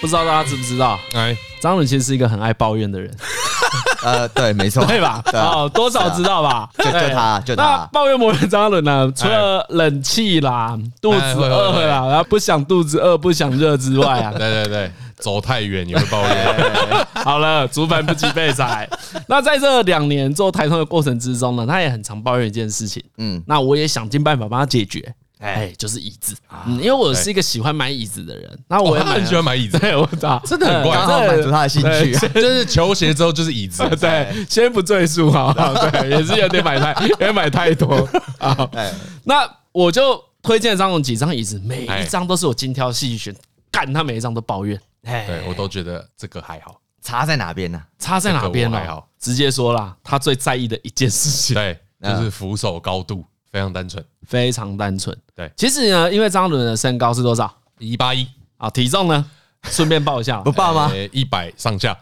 不知道大家知不知道，哎，张伦其实是一个很爱抱怨的人，呃， 对，没错，对吧？对 啊，啊哦，多少知道吧？就就对他就那他，抱怨魔人张伦呢？除了冷气啦、哎肚子会会饿啦，然后不想肚子饿、不想热之外 啊，对对对，走太远也会抱怨。好了，主板不及被宰。 那在这两年做台通的过程之中呢，他也很常抱怨一件事情，嗯，那我也想尽办法帮他解决。哎，就是椅子，啊嗯因为我是一个喜欢买椅子的人，那我 我也他买很 喜了，欢买椅 子，对，我知道， 真的很怪哎刚好满足他的兴趣，啊就是球鞋之后就是椅子。 对，先不赘述哈， 对，也是有点买太，有点买太多啊。哎，那我就推荐张总几张椅子，每一张都是我精挑细哎选，干他每一张都抱怨，对我都觉得这个还好。差在哪边呢？差在哪边呢这个我还好？直接说啦，他最在意的一件事 情，对，就是扶手高度非常单纯，非常单纯。对其实呢，因为张伦的身高是多少一八一呃啊？体重呢？顺便报一 下，哦不报吗？？一百上下。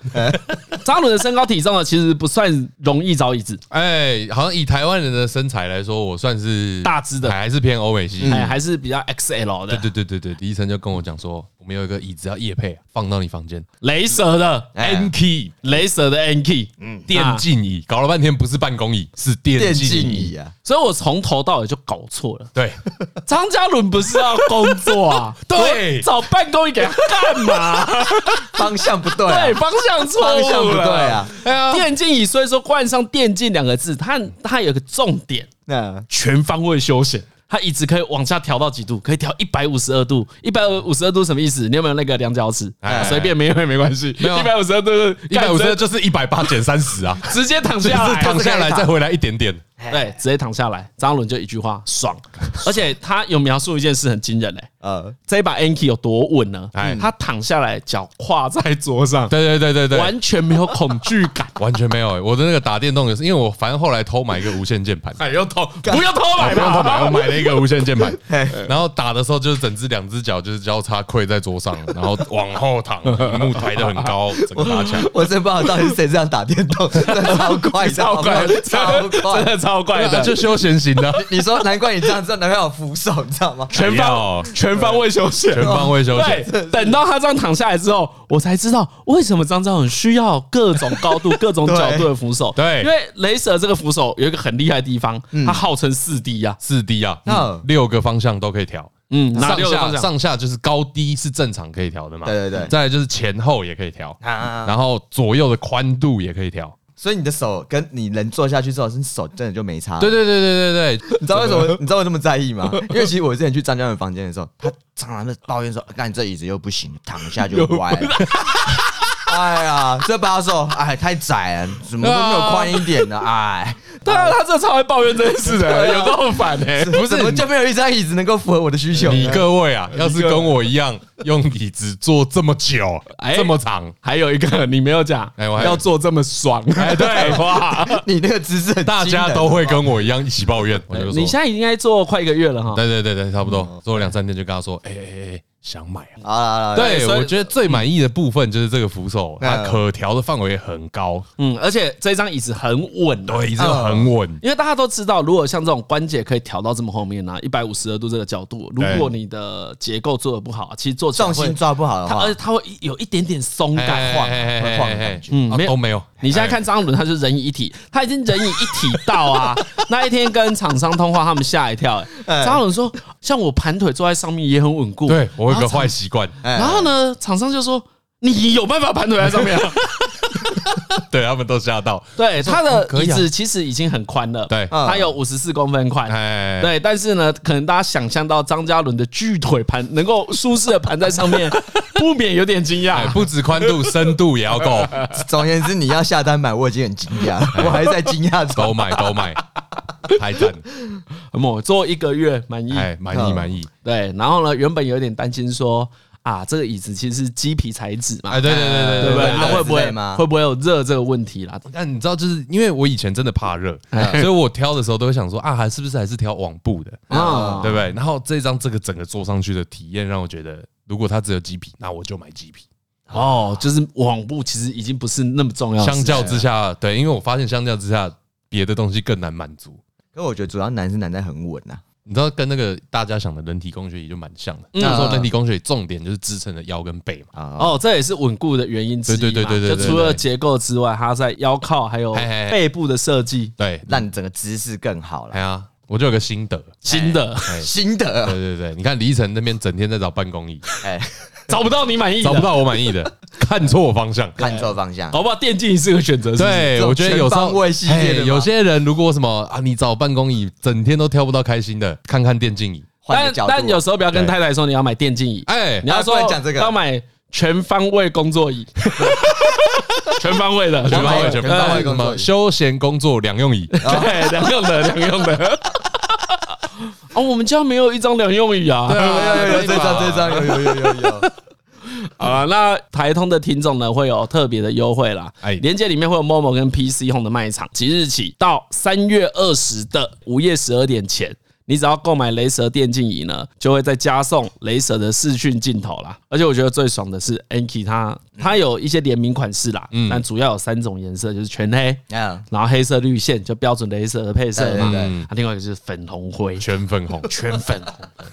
张伦的身高体重呢，其实不算容易找椅子，哎，好像以台湾人的身材来说，我算是大只的还还是偏欧美系。哎，还是比较 XL 的，嗯对对对对对，医生就跟我讲说，我们有一个椅子要夜配，啊放到你房间雷蛇的哎，N key 雷蛇的 NK，嗯，电竞椅，搞了半天不是办公椅，是电啊电竞竞椅椅。啊，所以我从头到尾就搞错了。 对，张嘉伦不是要工作啊？对我找办公椅给他干嘛？方向不对啊，对，方向错方误向不对了。啊，哎呀，电竞椅虽说冠上“电竞”两个字，它它有个重点，那全方位休闲。它椅子可以往下调到几度？可以调一百五十二度。一百五十二度什么意思？你有没有那个量角尺？哎随便没有也没关系。一没有百五十二度，一百五十干直就是一百八减三十啊，直接躺就是下来，躺下来再回来一点点。对，直接躺下来。张伦就一句话，爽。而且他有描述一件事很惊人嘞、欸呃，这一把 Anki 有多稳呢？哎他躺下来，脚跨在桌上，对对对对对，。完全没有恐惧感完全没有、欸。我的那个打电动也是，因为我反正后来偷买一个无线键盘，哎，又偷， 哦不要偷买不用偷买，吧。我买了一个无线键盘 嘿，然后打的时候就是整只两只脚就是交叉跪在桌上，然后往 后躺，屏幕抬得很高，整个打起来。我真不知道到底是谁这样打电动，真的超快，超怪，超真 快。的超怪对啊，的，就就休闲型的，你说难怪你这样子，难怪有扶手，你知道 吗？全哎方呦全方位休闲全。方位休闲。对，等到他这样躺下来之后，我才知道为什么张昭很需要各种高 度、各种角度的扶手。对因为雷蛇这个扶手有一个很厉害的地方，它号称四 D 呀，四 D 啊，嗯嗯六个方向都可以调。嗯，哪上六个方下向？上下就是高低是正常可以调的嘛，对对对再来就是前后也可以调，啊然后左右的宽度也可以调。所以你的手跟你人坐下去之后，你手真的就没啊差。对，对对对对对， 你知道为什么？你知道我这么在意吗？因为其实我之前去张家人房间的时候，他常常在抱怨说：“干这椅子又不行，躺下就歪了。” 哎呀，这把手哎太窄了，怎么都没有宽一点呢？哎，对啊，他这超爱抱怨这件事的，对啊有够烦 哎。不是怎么就没有一张椅子能够符合我的需求呢？你各位 啊，要是跟我一样用椅子坐这么久、哎这么长，还有一个你没有讲，哎我还要做这么爽，哎， 对，哇，你那个姿势很惊人，大家都会跟我一样一起抱怨。我就说你，现在嗯应该做快一个月了哈，对对对对，差不多做两三天就跟他说，哎哎哎，想买啊。啊，对，所以我觉得最满意的部分就是这个扶手，它嗯可调的范围很高，嗯，而且这张椅子很稳的。对，椅子又很稳，因为大家都知道，如果像这种关节可以调到这么后面呢、啊，一百五十二度这个角度，如果你的结构做的不好，啊其实做起来哎重会心抓不好的它话哎而且，它会有一点点松感晃晃。会晃会晃的的感感觉，觉哎嗯，没有都没有。哎你现在看张伦，他就是人影一体， 他已经人影一体到 啊！那一天跟厂商通话，他们吓一跳、欸。哎张伦说：“像我盘腿坐在上面也很稳固。”哎，对我有个坏习 惯，哎然后呢，厂商就说：“你有办法盘腿在上面、啊 对他们都吓到，？”对，他的可椅以啊子其实已经很宽了，对嗯它有五十四公分宽。哎，对，但是呢，可能大家想象到张嘉伦的巨腿盘能够舒适的盘在上 面，不免有点惊哎讶。不止宽度，深度也要 够，总而言之，你要下单买，我已经很惊讶，了，我还在惊讶都中。买都买，太赞了，我做一个月满意，哎，满意满意，对，然后呢，原本有点担心说啊，这个椅子其实是鸡皮材质嘛哎，，对对对对对不对对？冷对啊，热会不之会类吗会不会有热这个问题啦？但你知道，就是因为我以前真的怕热，所以我挑的时候都会想说啊，还是不是还是挑网布的，啊，对不对？然后这张这个整个坐上去的体验，让我觉得，如果它只有鸡皮，那我就买鸡皮。哦，就是网布其实已经不是那么重要的事相情，较之下，对，因为我发现相较之下，别的东西更难满足。可我觉得主要难是难在很稳啊，你知道跟那个大家想的人体工学椅就蛮像的。那时候人体工学椅重点就是支撑的腰跟背嘛，啊，哦，这也是稳固的原因之一嘛。对对对对对对对就除了结构之外，它在腰靠还有嘿嘿嘿背部的设计，对，让你整个姿势更好哎了。呀，我就有个心得，新的心哎对得，对对，你看李依晨那边整天在找办公椅，哎，找不到你满意的，找不，到我满意 的，看错方向。看错方向，搞不好电竞是个选择。是不是，对，这种我觉得有时全候方位系列的哎吗有些人如果什么啊，你找办公椅，整天都挑不到开心的，看看电竞椅。换个但角度。但有时候不要跟太太说你要买电竞椅，哎你，要啊说不能讲这个要买全方位工作 椅，全方位的，全方位，位全全方方位，位什工作椅么休闲工作两用 椅，对，两用的，两用的。哦，我们家没有一张两用椅啊。有有有哎这张这张有有有有 有，好了，那台通的听众呢会有特别的优惠啦。哎哎，链接里面会有 MOMO 跟 PC Home 的卖场，即日起到三月二十的午夜十二点前。你只要购买雷蛇电竞椅呢，就会再加送雷蛇的视讯镜头啦。而且我觉得最爽的是 Anki 它它有一些联名款式啦，但主要有三种颜色，就是全黑，嗯，然后黑色绿线就标准雷蛇的配色嘛，对对啊另外一个就是粉红灰，全粉 红，全粉红。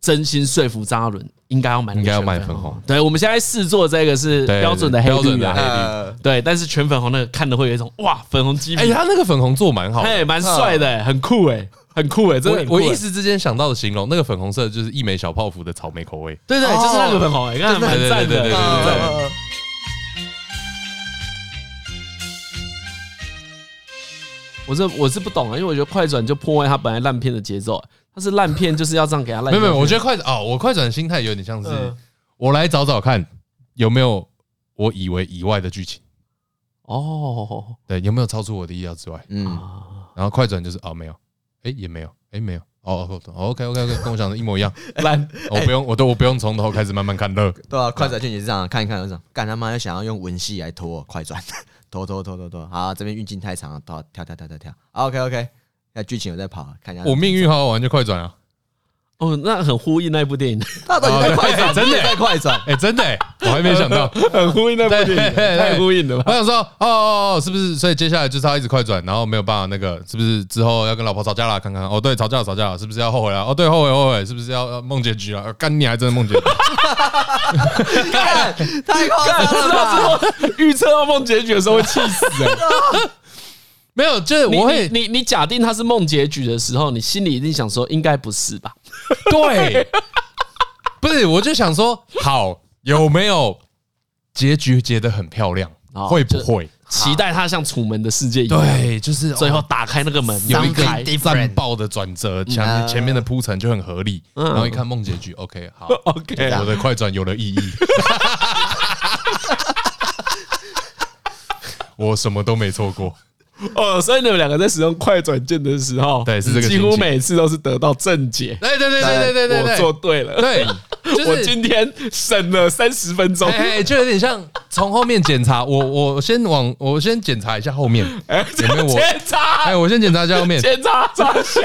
真心说服张嘉伦应该要买那个应该要全哦买粉红。对，我们现在试做这个是对标准的黑标准绿的啊，呃，对，但是全粉红那个看的会有一种哇，粉红肌哎，肤，他那个粉红做蛮好的。哎，蛮帅的欸，很酷哎，很酷哎，真的很酷我欸。我一时之间想到的形容，那个粉红色就是一枚小泡芙的草莓口味。对对，就是那个粉红哎，看蛮赞哦对对对的对对。呃我是我是不懂啊，因为我觉得快转就破坏他本来烂片的节奏欸，他是烂片就是要这样给他烂下没去。有没有，我觉得快转哦，我快转的心态有点像是嗯，我来找找看有没有我以为以外的剧情，哦，对，有没有超出我的意料之外。嗯，啊然后快转就是哦没有，哎也没有，哎没有，哦哦 OK OK OK，跟我想的一模一样。烂我不用，我都我不用从头开始慢慢看乐。对啊，快转剧也是这样，看一看就这样，干他妈又想要用文戏来拖快转， 拖拖拖拖拖，好，这边运镜太长了，跳跳跳跳跳跳，OK OK，那剧情有在跑，看一下，我命运好好玩就快转啊！哦，那很呼应那部电影，他到底在快转，真的在快转，哎，真的，哎，我还没想到。很呼应那部对电影，对太呼应了吧？我想说，哦哦哦，是不是？所以接下来就是他一直快转，然后没有办法那个，是不是之后要跟老婆吵架了？看看，哦对，吵架了，吵架了，是不是要后悔了？哦对，后悔后悔，是不是要要梦结局了？呃干你还真的 梦结局，干太夸张了吧，预测到梦结局的时候会气死欸没有，就是你 我会你你你假定它是梦结局的时候，你心里一定想说应该不是吧？对，不是，我就想说，好有没有结局结得很漂亮？哦会不会？期待它像楚门的世界一样，啊对，就是最哦后打开那个门，有一个张开战爆的转折，前啊前面的铺陈就很合理，嗯然后一看梦结局，OK，好， OK 哎我的快转有了意义。 我什么都没错过，哦，所以你们两个在使用快转键的时候，对是这个几心情乎每次都是得到正解，对对对对对对我对做对对，了，对，就是我今天省了三十分钟，哎、哎就有点像从后面检查，我我先往我先检查一下后面，哎，有没有我检查哎、我先检查一下后面检查抓 小。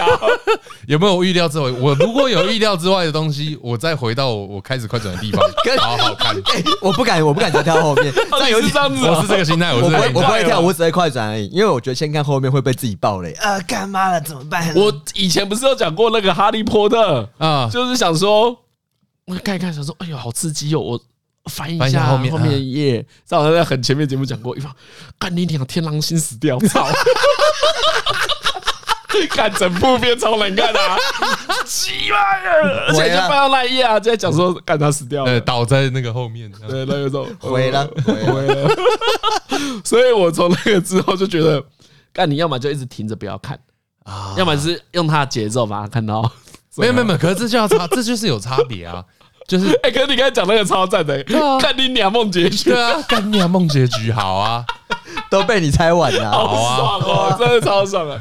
有没有我预料之外。我如果有预料之外的东西，我再回到我我开始快转的 地方，跟好好看。哎我不敢，我不敢再跳后面，这样有你是点这样子啊我是这个心态，我是我不这个会，心我不态。会跳，我只会快转而已，因为我觉得先看后面会被自己爆雷。啊，干妈了，怎么办？我以前不是有讲过那个《哈利波特》 啊就是想说，我看一看，想说，哎呦，好刺激哦！我翻一翻一下下后后面面后面一页，这好像在很前面节目讲过，一方干你娘，天狼星死 掉，操！看整部片超难看的、啊，鸡巴的！而且就翻到那一页啊，就在讲说干他死掉呃，了，倒在那个后面，这样对，那有一种回了，回了， 哦回了。嗯所以我从那个之后就觉得，干你要么就一直停着不要看，啊要么就是用他的节奏把它看 到。没有没有没有，可是这就要差，这就是有差别啊，就是哎、可是你刚才讲那个超赞的、啊看你俩梦结局对，啊， 干你啊，梦结局好啊， 都被你猜完了。好爽哦、真的超爽啊！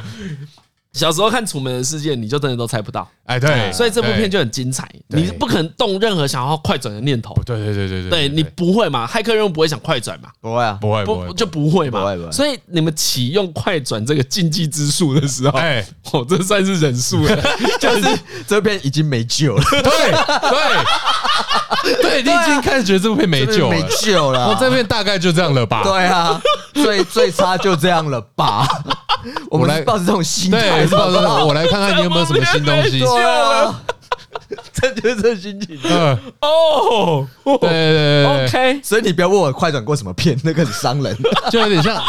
小时候看《楚门的世界》，你就真的都猜不到，哎对，所以这部片对就很精彩。对你不可能动任何想要快转的念头，哦对对对对对你不会嘛？骇客任务不会想快转嘛？不会啊，不会不不会就不会嘛不会不？会所以你们启用快转这个禁忌之术的时候，哎哦，这算是忍术了。就是这边已经没救了，对 对对，啊你已经开始觉得这部片没救没了，救了。哦，这片大概就这样了吧？对啊，最最差就这样了吧？我们是抱着这种心对，啊态是，吧？我来看看你有没有什么新东 西。对啊，这就是这心情。嗯，哦对对对对 对，，OK，所以你不要问我快转过什么片，那个很伤人。就有 点像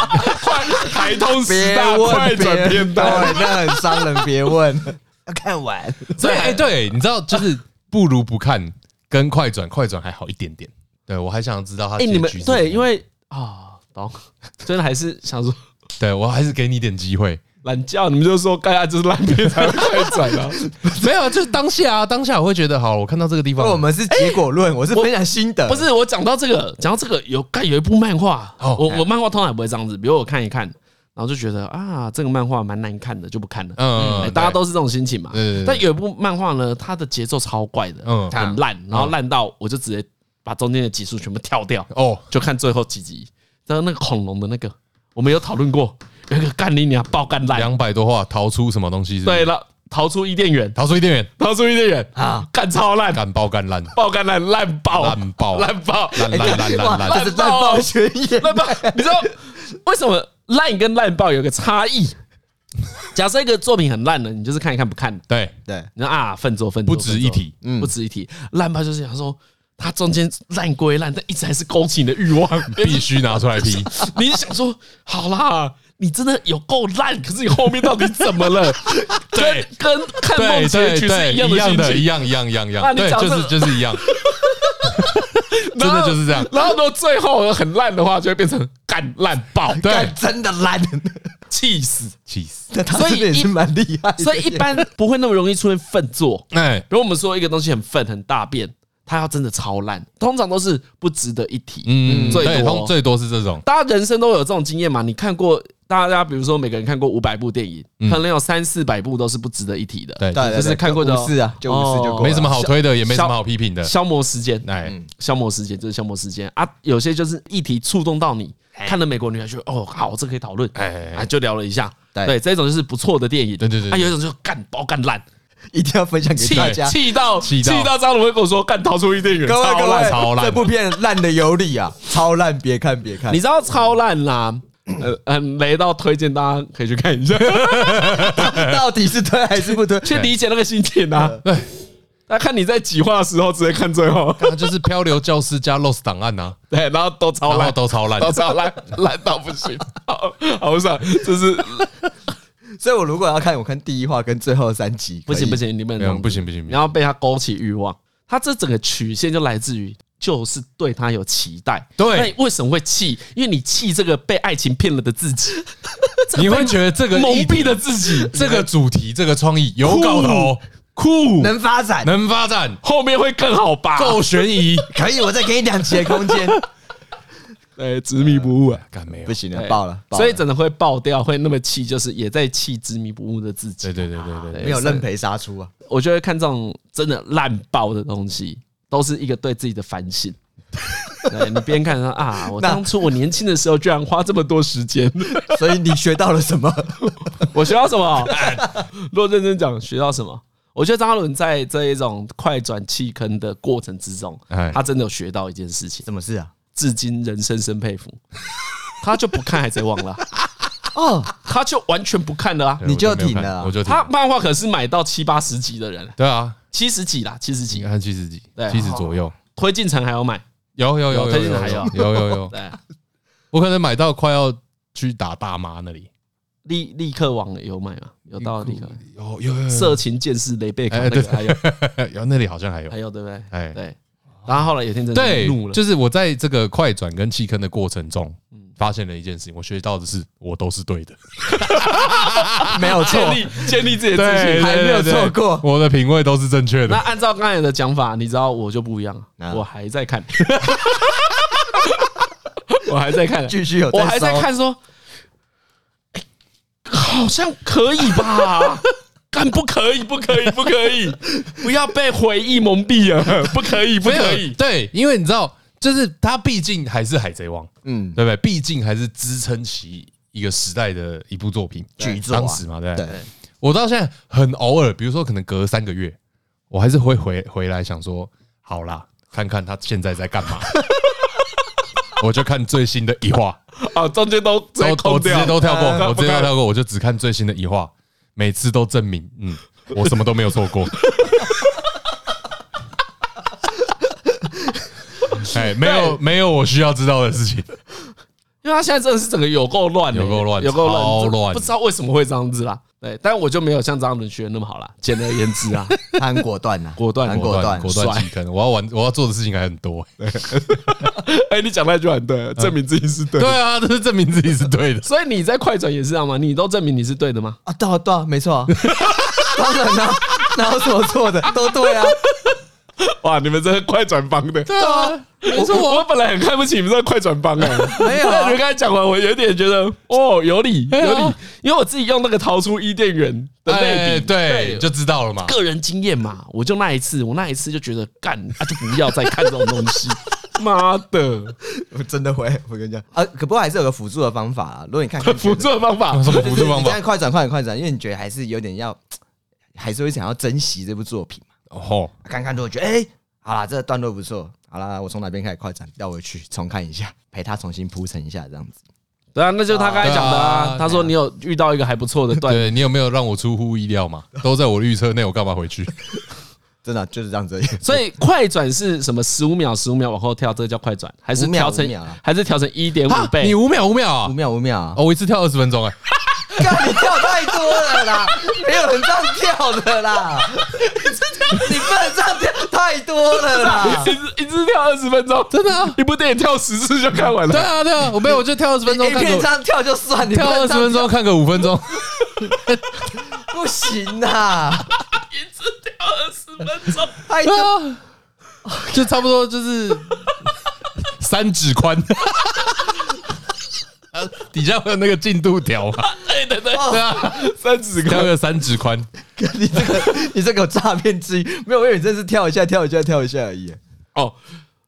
快台通十别大问，快转片段，对，那很伤人，别问。要看完，所以哎、对，你知道，就是不如不看，跟快转快转还好一点点。对我还想知道他哎，结局你们是怎么对，样因为啊，懂，真的还是想说对我还是给你一点机 会。懒觉，你们就说盖亚就是烂片才会快转啊。没有，就是当下啊，当下我会觉得好，我看到这个地因方，为我们是结果论，我是分享心 得，不是我讲到这个，讲到这个有盖有一部漫画，哦我我漫画通常也不会这样子，比如我看一看，然后就觉得啊，这个漫画蛮难看的，就不看了。嗯哎大家都是这种心情嘛对对对。对但有一部漫画呢，它的节奏超怪的，嗯很烂，然后烂到我就直接把中间的集数全部跳掉，哦，就看最后几集。然后那个恐龙的那个，我们有讨论过，有一个干你娘爆干烂，两百多话逃出什么东西是不是哎对了，逃出伊甸园，逃出伊甸园，逃出伊甸园啊，干超烂，干爆干烂爆干烂，烂爆，烂爆烂爆，烂烂烂哇，烂烂，这是烂爆宣言，烂爆，你知道为什么烂跟烂爆有个差异？假设一个作品很烂了，你就是看一看不看，对，对，你说啊，笨拙笨拙，不值一提笨拙，不值一提。烂爆就是想说，它中间烂归烂，但一直还是勾起你的欲望， 必须拿出来批。你想说，好啦，你真的有够烂，可是你后面到底怎么了？跟跟看 对梦结对局是对，一一样样的的，一心情，样一样一样一啊样，你对，讲就这是个就 是一样，真然的后就是这样。然后到最后很烂的话，就会变成干烂爆，对啊干，真的烂。气死。气死！那他是不是也是蛮厉害的耶，所以一 般不会那么容易出现粪作。哎，比如我们说一个东西很粪、很大便，它要真的超烂，通常都是不值得一提。嗯，最对，多通最多是这种，大家人生都有这种经验嘛？你看过大家，比如说每个人看过五百部电影，可能有三四百部都是不值得一提的，嗯对，对，就是看过的哦五四啊，就五四就哦过了，没什么好推的，也没什么消好批评的。消磨时间。哎，消磨时间，这是消磨时间啊！有些就是议题触动到你，看了美国女孩就哦，好，这可以讨论，哎哎哎啊，就聊了一下。对对，这种就是不错的电影。对对对对啊，有一种就是干包干烂，一定要分享给气大家。气到气气到到张鲁会跟我说干逃出伊甸园，各位超各烂位，超烂这部片烂的有理啊，超烂，别看别看你。知道超烂啦，呃，很雷到推荐大家可以去看一下，到底是推还是不推？去理解那个心情啊。对，那看你在几话的时候直接看最后， 那就是漂流教师加 Lost 档案啊呐，对，然后都超然后烂，都超烂都。超烂，烂到不行，好好爽，就是所以我如果要看，我看第一话跟最后三集。不行可不以，行，你不能没这有样，不行不行不你行，要被他勾起欲望。他这整个曲线就来自于，就是对他有期待。对那你为什么会气？因为你气这个被爱情骗了的自己， 你会觉得这 个蒙议蔽题了自己，这个主题这个创意有搞头，酷，能发展能发展，后面会更好吧？ 够悬 疑。可以，我再给你两集的 空间。对，执迷不悟啊。干没有不？行了，对哎爆了，爆了所以真的会爆掉，会那么气，就是也在气执迷不悟的自己。对对对对对对对，没有认赔杀出啊。我就会看这种真的烂爆的东西，都是一个对自己的反省。对你边看说啊，我那当初我年轻的时候居然花这么多时间，所以你学到了什么？ 我学到什么？如果认真讲，学到什么？我觉得张嘉伦在这一种快转弃坑的过程之中哎，他真的有学到一件事情，什么 事啊？至今人深深佩服。他就不看《海贼王》 了，哦，他就完全不看了啊！对你我就就没有挺看了啊我就挺他漫画可是买到七八十集的人，对啊，七十几啦，七十你几，看七十几，对七十左右，推进城还要买，有有有有最近有还有有 有有，对，我可能买到快要去打大妈那里，立立刻网有买吗？有到立刻有有有色情剑士雷贝卡哎那对个还有有，有那里好像还 有还。有对不对？哎对，然后后来有一天真的对怒，了，嗯就是我在这个快转跟弃坑的过程中，发现了一件事情，我学到的是我都是对的，没有错建，立建立自己的自信。还没有对错过我的品味都是正确 那的。按照刚才的讲法，你知道我就不一样了，啊我还在看， 我还在看，继续有我还在收看说，哎好像可以吧？ 干不可以，不可以，不可以！不要被回忆蒙蔽了， 不可以，不没可有以。对，因为你知道，就是他毕竟还是海贼王，嗯，对不对？毕竟还是支撑起一个时代的一部作品，巨作啊当时嘛，对不对？对，我到现在很偶尔，比如说可能隔三个月，我还是会回回来想说，好啦，看看他现在在干嘛。我就看最新的一话，啊，中间都直接我我空直掉哎啊接都跳过，我直接都看跳过，我就只看最新的一话，每次都证明，嗯，我什么都没有错过。哎，没有没有我需要知道的事情，因为他现在真的是整个有够乱的，有够乱有够乱，超就乱不知道为什么会这样子啦。对，但我就没有像张伦学那么好啦。简而言之啊，他很果断呐，果断很果断果。断弃坑，我要玩我要做的事情还很多。 哎，你讲那句话很对，证明自己是对的。对啊，这是证明自己是对的。所以你在快转也是这样吗？你都证明你是对的吗？啊，对啊，对啊，没错啊，当然啦，哪有什么错的，都对啊，哇，你们这是快转帮的。对啊，没错，我本来很看不起你们这个快转 帮哎，没有啊但你们刚才讲完，我有点觉得哦，有理有啊理，因为我自己用那个逃出伊甸园的类哎，比，对，就知道了嘛。哎个人经验嘛，我就那一次，我那一次就觉得干啊，就不要再看这种东西。 妈的，我真的会，我跟你讲啊，可不过还是有个辅助的方法啊，如果你看 看辅助的方法有什么 辅助方你 这法？样快转快转快转，因为你觉得还是有点要，还是会想要珍惜这部作品嘛，哦，看看如果觉得哎、好啦，这个段落不错，好啦，我从哪边开始快转，调回去重看一下， 陪他重新铺陈一下这样子。对啊，那就是他刚才讲的对啊啊。他说你有遇到一个还不 错的段，对你有没有让我出乎意料嘛？都在我的预测内，我干嘛回去？真的啊就是这样子而已， 所以快转是什么？十五秒、十五秒往后跳，这个叫快转，还是5秒调成5秒啊还是调成一点啊五倍你？五秒五秒五啊！秒五秒啊， 哦，我一次跳二十分钟哎，干你跳太多了啦，没有人这样跳 的啦，你不能这样跳，太多了 啦。 一直一直跳二十分钟，真的、一部电影跳十次就看完对了。啊对啊，我没有，我就跳二十分钟一看片这个样跳就算，你不跳二能十这样分钟看个五分钟， 不行啊， 一直跳二十分钟，太对多 啊，就差不多就是三指宽。 啊底下会有那个进度条 嘛？对对对， 对啊，三指跳高。个三指宽，你这个 你这个有诈骗之一，没有，因为你这是跳一下跳一下跳一下而已。哦，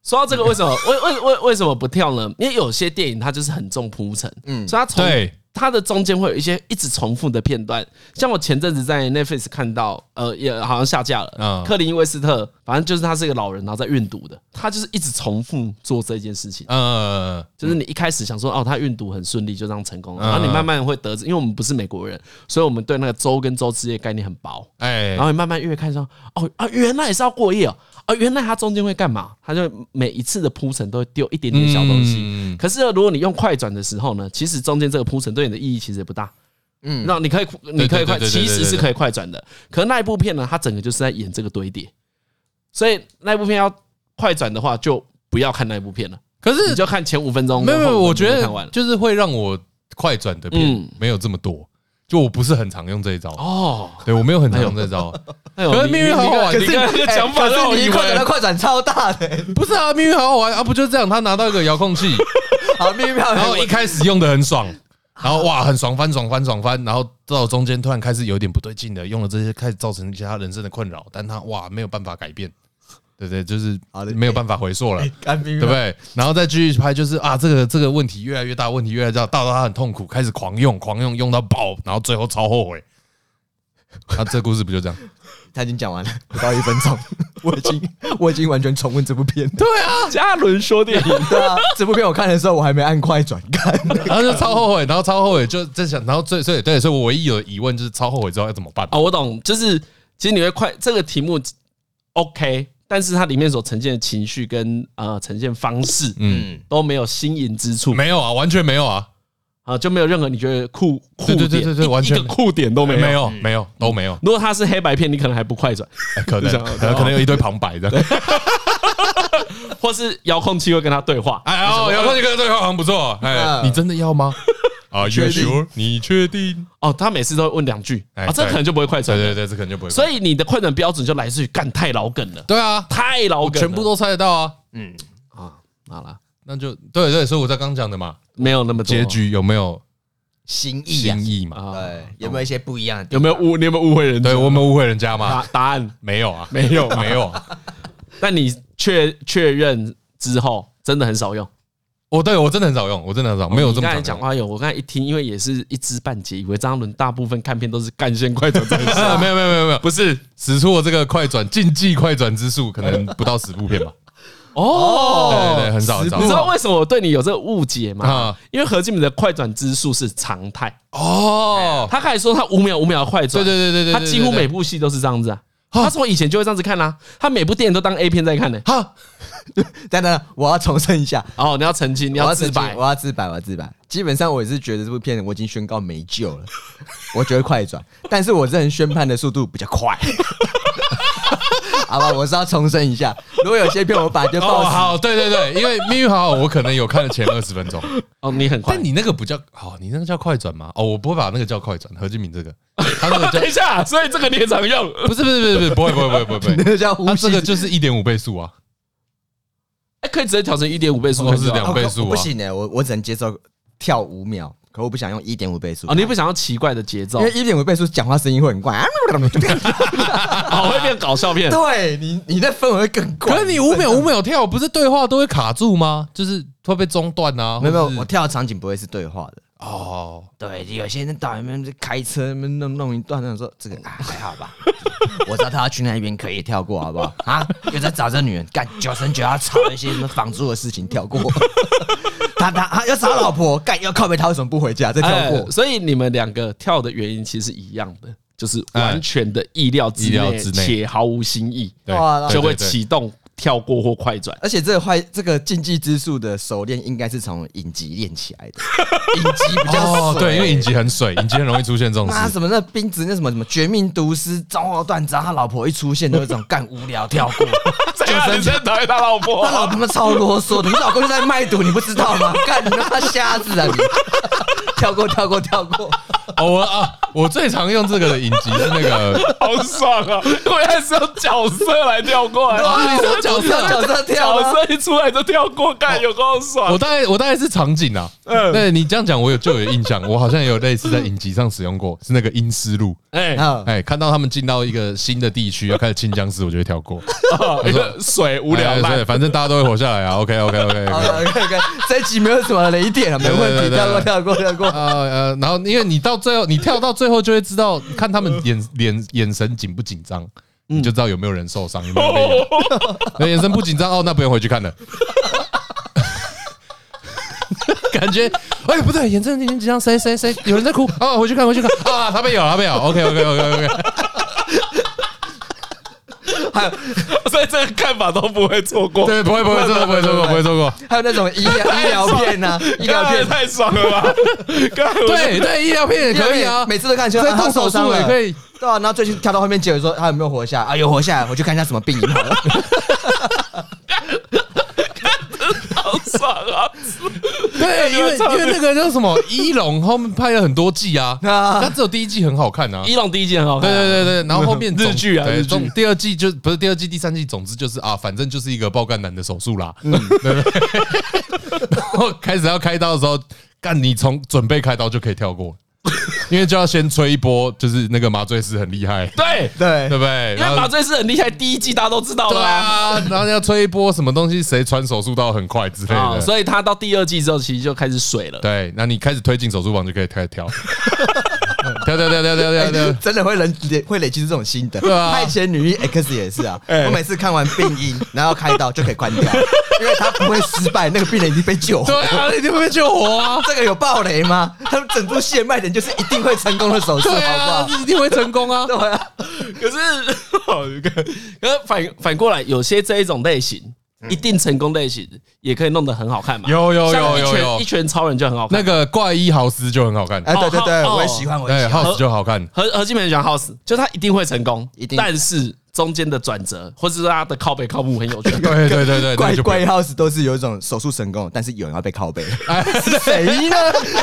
说到这个，为什么 为为为为什么不跳呢？因为有些电影它就是很重铺陈，嗯，所以它从对它的中间会有一些一直重复的片段。像我前阵子在 Netflix 看到，呃，也好像下架了，嗯克林威斯特，反正就是他是一个老人，然后在运毒的，他就是一直重复做这件事情。嗯，就是你一开始想说哦，他运毒很顺利，就这样成功了，嗯然后你慢慢会得知，因为我们不是美国人，所以我们对那个州跟州之间的概念很薄。哎然，后你慢慢越看说，哦啊，原来也是要过夜哦，啊，原来它中间会干嘛？它就每一次的铺陈都会丢一点点小东西。嗯可是呢如果你用快转的时候呢，其实中间这个铺陈对你的意义其实也不大。嗯，那你可以，你可以快，对对对对对其实是可以快转的。可那一部片呢，它整个就是在演这个堆叠，所以那一部片要快转的话，就不要看那一部片了，可是你就看前五分钟。没有没然有，后我五分钟觉就得看完了就是会让我快转的片嗯没有这么多，就我不是很常用这一招。哦，对我没有很常用这招，哎呦可是你命运你好好玩你哎刚才那个讲法可让我是你以一快转到为，快转超大的、欸， 不是啊，命运好好玩啊，不就这样？他拿到一个遥控器，好妙妙。然后一开始用的很爽，然后哇很爽翻爽翻爽翻，然后到中间突然开始有点不对劲的，用了这些开始造成一些他人生的困扰，但他哇没有办法改变，对对，就是好的没有办法回溯了。干冰对不对？然后再继续拍，就是啊，这个这个问题越来越大，问题越来越大，大到他很痛苦，开始狂用，狂用，用到爆，然后最后超后悔。他、这故事不就这样？他已经讲完了，不到一分 钟，我已经 我已经完全重温这部片了。嘉伦说电影，对啊，这部片我看的时候我还没按快转看，然后就超后悔，然后超后悔，就在想，然后最所以对，所以我唯一有疑问就是超后悔之后要怎么办？哦，我懂，就是其实你会快这个题目 OK，但是它里面所呈现的情绪跟呃呈现方式，嗯，都没有新颖之处没有啊，完全没有啊，啊，就没有任何你觉得酷酷点，对对对对一完全一个酷点都没没有。有，没有，都没有，如果它是黑白片，你可能还不快 转，哎可能想可能可能有一堆旁白的。或是遥控器会跟他对话。哎哦，遥控器跟对话好像不错。哎，嗯你真的要吗？啊，确定 sure？你确定？哦，他每次都会问两句，哎啊，这对可能就不会快对转了。对对，这可能就不会。所以你的快转标准就来自于干太老梗了，对啊，太老梗了，全部都猜得到啊。啊，好了，那就对对，所以我在刚讲的嘛，没有那么多结局有没有新意啊新，意哦嘛？啊，对，有没有一些不一样的地有方？没有误？你有没有误会人？对我有没有误会人家嘛答？答案没有啊，没有啊没有啊。但你确确认之后，真的很少用。我对我真的很少用，我真的很少，没有这你么刚才常讲讲。话有，我刚才一听，因为也是一知半解，以为张伦大部分看片都是干线快转在 啊没有没有没有没有，不是使出我这个快转竞技快转之术，可能不到十部片吧。哦，对对对，很少很少你知道为什么我对你有这个误解吗啊？因为何敬明的快转之术是常态，哦，他开始说他五秒五秒的快转，对对对对对对他几乎每部戏都是这样子啊。他从以前就会这样子看啦、他每部电影都当 A 片在看呢、哈，等等，我要重申一下，哦，你要澄清，你我要要自自白，白我。要自白，我要自白。基本上我也是觉得这部片我已经宣告没救了， 我觉得快转，但是我这人宣判的速度比较快。 好吧，我是要重申一下，如果有些片我把就哦，爆死，好，对对对，因为命运好好，我可能有看了前二十分钟，哦，你很快 但。你那个不叫哦，你那个叫快转吗？哦，我不会把那个叫快转，何敬明 这个，他那个叫等一下，所以这个你也常用。哎不是不是不是不是不会不会不会不会不 那会，个叫呼他吸这个就是一点五倍速 啊，哎，可以直接调成一点五倍速哦看就好，是两哦倍可速啊不行哎，我我只能接受跳五秒，可我不想用一点五倍速哦，你不想要奇怪的节奏因为，一点五倍速讲话声音会很 怪，啊 哦，会变搞笑片。对你你的氛围会更怪。可是你五秒五秒跳，不是对话都会卡住吗？就是会被中断啊？没有没或是有，我跳的场景不会是对话的。哦，对，有些人导演们在开车，那边弄弄一段，那种说这个啊还好吧。 我知道他要去那边可以跳过，好不好？啊，又在找这女人干九成九要吵一些什么房租的事情，跳过。 他他他要找老婆，干要靠背，他为什么不回家？再跳哎过，。所以你们两个跳的原因其实是一样的，就是完全的哎意料之意料内，之内且毫无新意，对哇，对就会对对启动跳过或快转。而且这个坏这个禁忌之术的熟练，应该是从影集练起来的。影集比较哦，水对，因为影集很水，影集很容易出现这种妈事。什么那冰子那什么什么绝命毒师中后段，只要他老婆一出现，都有一种干无聊跳过。 这个女生讨厌他老婆他老他妈超啰嗦的，你老公就在卖毒，你不知道 吗？干你他妈瞎子啊你！跳过跳过跳过，哦，我啊，我最常用这个的影集是那 个， 好爽啊！我也是用角色来跳过 来，哇啊你说角色角色跳角吗色一出来就跳过，干有够爽 我。大概我大概是场景啊。嗯对你这样讲，我有就有印象，我好像有类似在影集上使用过，是那个阴尸路。哎， 啊，哎，看到他们进到一个新的地区要开始清僵尸，我就会跳过。哦一个水无聊哎烂对，，反正大家都会活下来啊。OK OK OK。好了，OK OK，这一集没有什么雷点了，啊没问题，对对对对跳过跳过跳过。呃呃，然后因为你到最后，你跳到最后就会知道，看他们 眼脸眼神紧不紧张，你就知道有没有人受伤，有没有人被咬那 眼神不紧张哦，那不用回去看了。 感觉，哎，不对，眼神紧张，谁谁谁，有人在哭 啊，回去看，回去看啊，他被咬，他被咬，OK OK OK OK，还有 所以这个看法都不会错过。对，不会不会错过，不会错过，不会错过，还有那种医疗医疗片呐，医疗干片太爽了 吧！干我 对对，医疗片也可以啊，每次都看就所以啊动他手受伤术也了可以。对啊，然后最近跳到后面结尾说他有没有活下来啊？有活下来，我去看一下什么病因好 了。好爽啊！对，因为因为那个叫什 么一龙，后面拍了很多季 啊，啊他只有第一季很好看啊。伊朗第一季很好看对啊，对对对，然后后面 日剧啊总对日剧总第二季就不是第二季、第三季，总之就是啊，反正就是一个爆肝男的手术啦，嗯对不对？ 然后开始要开刀的时候，干你从准备开刀就可以跳 过，因为就要先吹一波，就是那个麻醉师很厉害，对对对不对？因然为后麻醉师很厉害，第一季大家都知道对啦、啊。啊，然后要吹一波什么东西，谁传手术刀很快之类的。啊所以他到第二季之后，其实就开始水了。对，那你开始推进手术房就可以开 始跳，跳跳跳跳跳跳哎跳。哎真的会累累会累积出这种心得。对啊派遣女医 X 也是啊， 我每次看完病因，然后开刀就可以 关掉，因为他不会失败，那个病人已经被救活。对啊，你就会被救 活啊！这个有暴雷吗？他们整部戏的卖点就是一定会成功的手术，好对不啊好，？一定会成 功啊！对啊，可是，可是反反过来，有些这一种类型，一定成功类型也可以弄得很好看嘛。有有像有一有拳有一，拳超人就很好看。那个怪医豪斯就很好看，哎，对对对，哦我也喜欢，我也对喜欢。 ，House 就好看，何何基本讲 House，就他一定会成功，一定但是中间的转折，或是他的靠北靠木很 有趣。对对对对，那怪就不怪一样 house 都是有一种手术成功，但是有人要被拷贝，是谁 呢？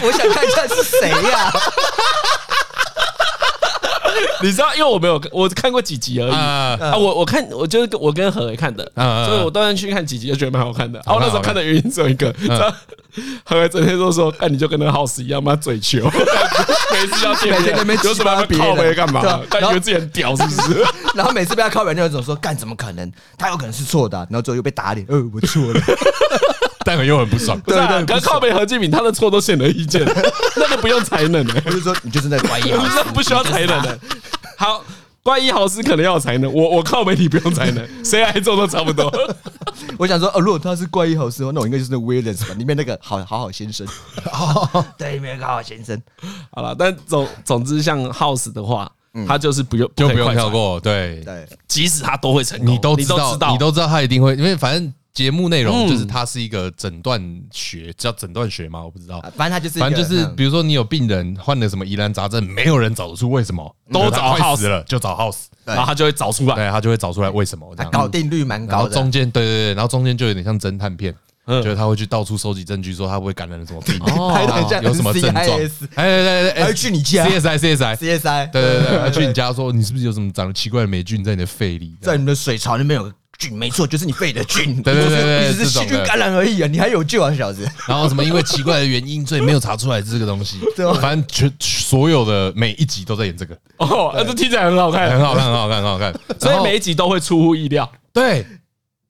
我想看一下是谁啊呀？你知道，因为我没有我看过几集而已啊啊，我我看我就是跟我跟何伟看的，啊嗯嗯嗯所以我当然去看几集就觉得蛮好看的。然好后看那时候看的原因只有一个，嗯你知道何伟整天都说，那你就跟那个 house 一样嘛，嘴球， 每次要见每天在那面边有什么要欺负别靠人背干嘛对啊？但然觉后得自己很屌是不 是？然后每次被他拷贝，就有一种说干怎么可能？他有可能是错的啊，然后最后又被打脸，呃，我错了。但又很不 爽。不是啊对对可是靠背何敬敏他的错都显而易 见，那个不用才能的，欸 我就说你就是在怀疑那不需要才能的。好，怪医豪斯可能要有才能，我我靠媒体不用才能，谁来做都差不多。 我想说，呃，如果他是怪异好事的话，那我应该就是那 w i l l i a m s 吧，里面那个好好好先生，对，里面有个好好先生，好了，但总总之像 House 的话，嗯他就是不用就可以不用快跳闪，过。对，对，即使他都会成功，你都你知都道，知道，你都知道他一定会，因为反正节目内容嗯就是它是一个诊断学，叫诊断学吗？我不知道啊。反正他就是一个，反正就是，嗯比如说你有病人患了什么疑难杂症，没有人找得出为什么，都找他快 House 死了就找 House，然后他就会找出来。对他就会找出来为什么这他样。啊搞定率蛮然后高的，中间对对对，然后中间就有点像侦探片，嗯就是他会去到处收集证据，说他会不会感染什么病，哦拍得很像有什么症状，哎 CIS 对对哎对，还会哎去你家 CSI CSI， CSI，对对对，还去你家说你是不是有什么长得奇怪的霉菌在你的肺里？在你们的水槽那边有个菌，没错，就是你肺的 菌，对对对对你只是你只是这种细的菌感染而已啊，你还有救啊，小子，然后什么因为奇怪的原因，所以没有查出来这个东西。 对啊反正全所有的每一集都在演这个，哦，那这听起来很好看，很好看，很好看，很好看。所然以后每一集都会出乎意料。对。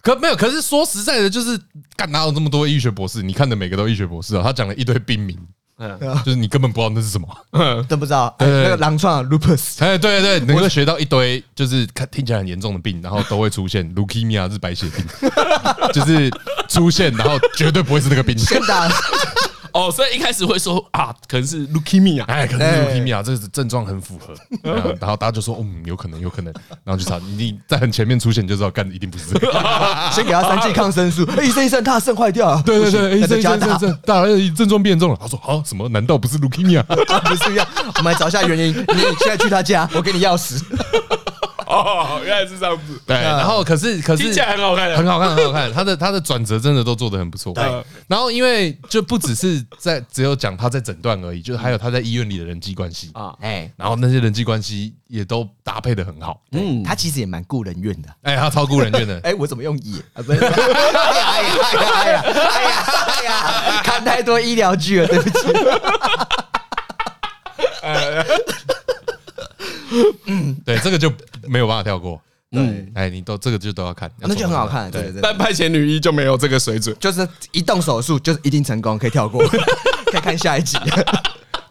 可没有，可是说实在的，就是干哪有这么多医学博士？你看的每个都医学博士啊，他讲了一堆病名，嗯，啊就是你根本不知道那是什么。 真不知道，对对对那个狼创啊 lupus，哎，对对，能够学到一堆就是看听起来很严重的病，然后都会出现 leukemia 是白血病， 就是出现，然后绝对不会是那个病。 真的啊，哦，所以一开始会说啊，可能是 leukemia，哎，可能哎是 leukemia 这个症状很符合， 然后大家就说，嗯，有可能，有可能，然后就查，你在很前面出现，你就知道干一定不是。 先给他三剂 抗生素，哎医生医生，他的肾坏掉了，对对对，哎医不行那生就医加生大医生，大家症状变重了。他说啊，什么？难道不是啊 leukemia？ 不是一样，我们来找一下原因。你现在去他家，我给你钥匙。哦，原来是这样子，对，然后可是可听是起来很好看的很好看，很好看。他的他的转折真的都做得很不错。对然后因为就不只是在只有讲他在诊断而已，就是还有他在医院里的人际关系，啊。 哎，然后那些人际关系也都搭配的很好。嗯，他其实也蛮顾人怨的。哎，他超顾人怨的。哎，我怎么用也？啊，不是，哎呀，哎呀，哎呀，哎呀，哎呀，看太多医疗剧了，对不起。对，这个就没有办法跳过。对，哎，你都这个就都要看，那就很好看，对对对，但派遣女一就没有这个水准，就是一动手术就是一定成功，可以跳过，可以看下一集。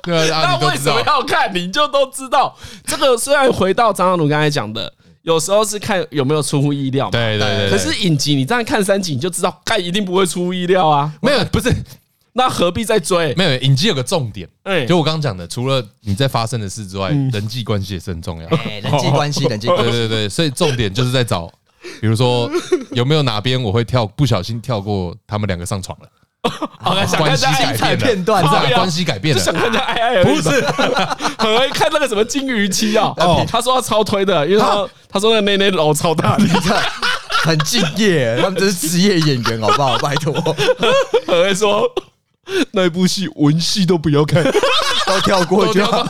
对啊，那你都为知什么道。要看？你就都知道。这个虽然回到张阿鲁刚才讲的，有时候是看有没有出乎意料嘛。对对对，对可是影集你这样看三集，你就知道，干一定不会出乎意料啊。没有不是那何必再追？没有影集有个重点，哎就我刚刚讲的，除了你在发生的事之外，嗯人际关系也是很重要。哎，人际关系，人际关对系，对对，所以重点就是在找，比如说有没有哪边我会跳不小心跳过他们两个上床了，好看，想关看系这爱改情，变彩片段不是靠啊腰关系改变就了想。哎看这爱爱而已不吧是，很爱看那个什么金鱼期啊。哦他说他超推的，因为他他说那内内楼超大力， 很敬业，他们这是职业演员，好不好？拜托，很会说那部戏文戏都不要看，都跳过就好。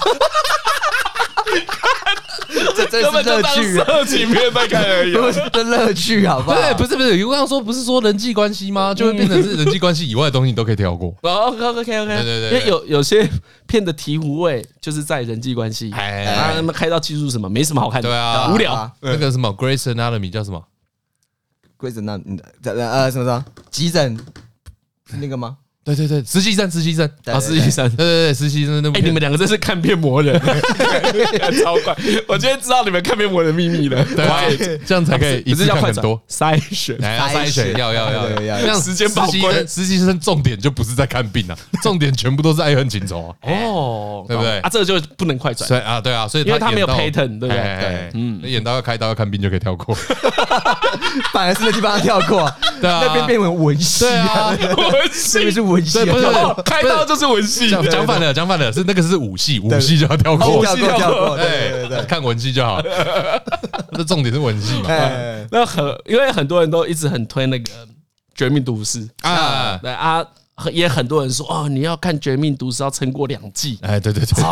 这真根是本就乐当趣啊！色情片在看而已啊。不是的乐趣，好不不好？是不是不是，我刚刚说不是说人际关系吗？就会变成是人际关系以外的东西你都可以跳过。哦，OK OK OK，对对对因为有有些片的醍醐味就是在人际关系，哎啊，他们开到技术什么没什么好看的，对啊无聊啊。那个什么 Grace Anatomy 叫什么？规则那嗯呃呃什么什么急诊是那个吗？ 对对对，实习生实习生，对啊，实习生对，对对，实习生那部哎，你片们两个真是看片魔人， 超快！我今天知道你们看片魔人的秘密了，对啊这样才可以一不次是要看快很转多。筛选，哎要筛筛选选要要要对对要，要这样时间宝实习贵生实习生重点就不是在看病啊，重点全部都是爱恨情仇啊。哦，对不对啊，这个就不能快转所以啊，对啊，所以因为他没有演到 pattern，对不对哎哎哎对嗯那演到要开刀要看病就可以跳过。反而是那地方跳过，对啊那边变成文戏对啊， 文那戏边是文戏啊，对不是哦开刀就是文戏，讲讲反了，讲反了，是那个是武戏，武戏就要跳跳过过。跳过，哦对对对哎，对，看文戏就好。那重点是文戏嘛？啊哎，那很，因为很多人都一直很推那个《绝命毒师》啊，对啊，很也很多人说哦，你要看《绝命毒师》要撑过两季。哎，对对对，我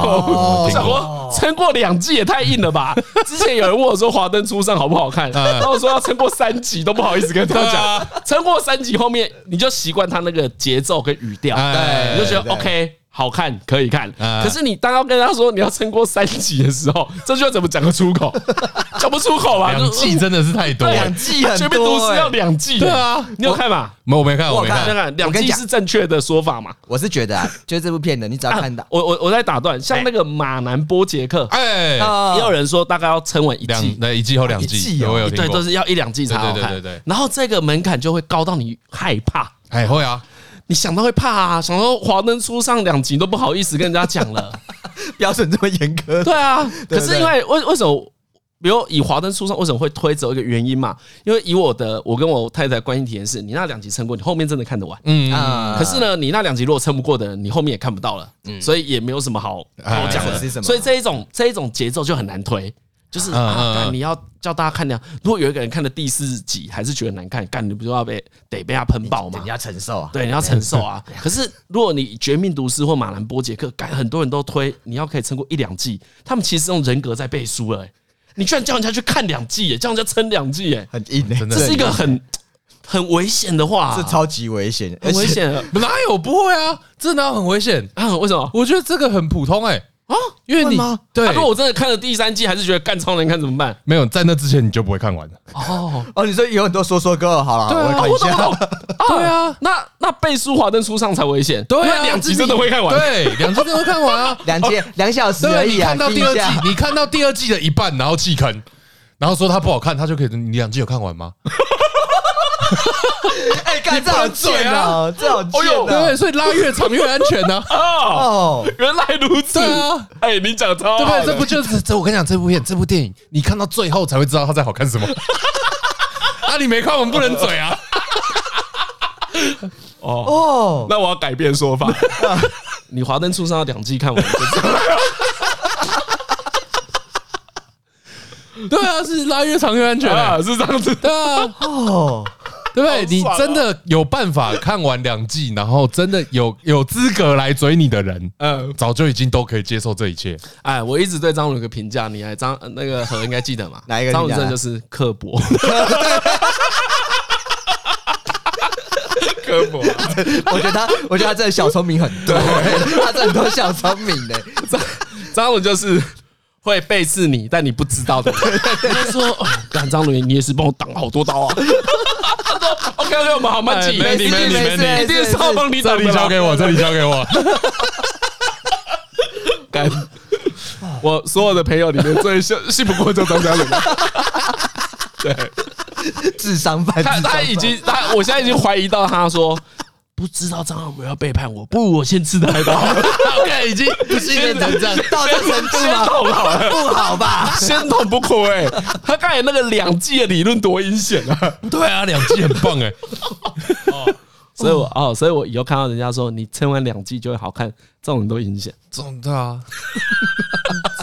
我哦听想过。哦说撑过两季也太硬了 吧！之前有人问我说《华灯初上》好不好看，嗯然后我说要撑过三集都不好意思跟他对讲啊，撑过三集后面你就习惯他那个节奏跟语调，哎你就觉嗯对嗯得 OK 好看，可以看。啊可是你当要跟他说你要撑过三集的时候， 这句话怎么讲得出口？ 讲不出口吧？两季真的是太多对啊了两。季很全面多读是欸要两季的。对啊你有看吧？没有，我没看，我没看看。看两我跟你季讲是正确的说法嘛？我是觉得啊，就是这部片的，你只要看到哎啊我我我在打断，像那个马南波杰克，哎，哦啊也有人说大概要撑完一两季，那一季后两一季，季哦我有听对，过都。是要一两季才好看。对对对对对然后这个门槛就会高到你害怕，哎，会啊，你想到会怕啊，想到华灯初上两集都不好意思跟人家讲 了。标准这么严苛，对啊，可对是因为为为什么？比如以华灯初上为什么会推走一个原因嘛？因为以我的我跟我太太关系体验是，你那两集撑过，你后面真的看得完。嗯，啊可是呢，你那两集如果撑不过的人，你后面也看不到了，所以也没有什么好哎好讲哎的是什。么所以这一种这一种节奏就很难推，就是嗯嗯啊，嗯干你要叫大家看那样，如果有一个人看了第四集还是觉得难看，干你不就要被得被他喷爆吗你？要承受啊，对，你要承受啊。可是如果你《绝命毒师》或《马兰波杰克》，干很多人都推，你要可以撑过一两季，他们其实用人格在背书了、欸。你居然叫人家去看两季、欸，叫人家撑两季、欸，很硬欸，真的这是一个很很危险的话、这啊，超级危险，很危而且。险的哪有不会啊？真的很危险。啊！为什么？我觉得这个很普通哎，啊，因为会你吗对啊如果我真的看了第三季，还是觉得干超难看怎么办？没有在那之前你就不会看完了。哦，哦，你说有很多说说歌，好了，对啊我啊看我一懂我下懂。 对啊，那那背书华灯初上才危险，对因为啊，两集真的会看完。对， 两集真的会看完啊。两节两小时而对，已你啊，看到听第一二下季，你看到第二季的一半，然后弃坑，然后说它不好看，他就可以。你两季有看完吗？哎，干这好嘴贱啊啊，这好哦呦贱对，啊！所以拉越长越安全呢、哦，哦，原来如此对啊！哎，你讲超对不好哦的对？这不就是这？我跟你讲，这部片、这部电影，你看到最后才会知道它在好看什么。 啊，你没看，我们不能嘴啊！哦。哦，那我要改变说法， 你《华灯初上》要两季看完，对啊，是拉越长越安 全、啊，是这样子。对啊，哦，对不对？好你爽啊真的有办法看完两季，然后真的有有资格来追你的人，嗯，早就已经都可以接受这一切。哎，我一直对张鲁有个评价，你还张呃那个何应该记得嘛？哪一个张鲁评价真的就是刻薄，刻薄。我觉得他，我觉得他真的小聪明很多， 他真的很多小聪明的，张张鲁就是会背刺你，但你不知道的人。他说：“哦干张鲁，你也是帮我挡好多刀啊。”他说：“OK OK，我们好慢哎记，没一你没定你没没你事一定是要帮你这挡的里啦交给我，这里交给 我。干。 我所有的朋友里面最信信不过就张嘉伦了。对智商犯， 他，智商他犯已经他，我现在已经怀疑到他说不知道张翰有要背叛我，不如我先吃他一刀 好了。看，已经不信任成这样。到这程度先吗？捅好了，不好吧？先捅不亏、他刚才那个两季的理论多阴险啊！ 对啊，两季很棒哎、所以我哦，所以我以后看到人家说你撑完两季就会好看，这种人都阴险。中的啊，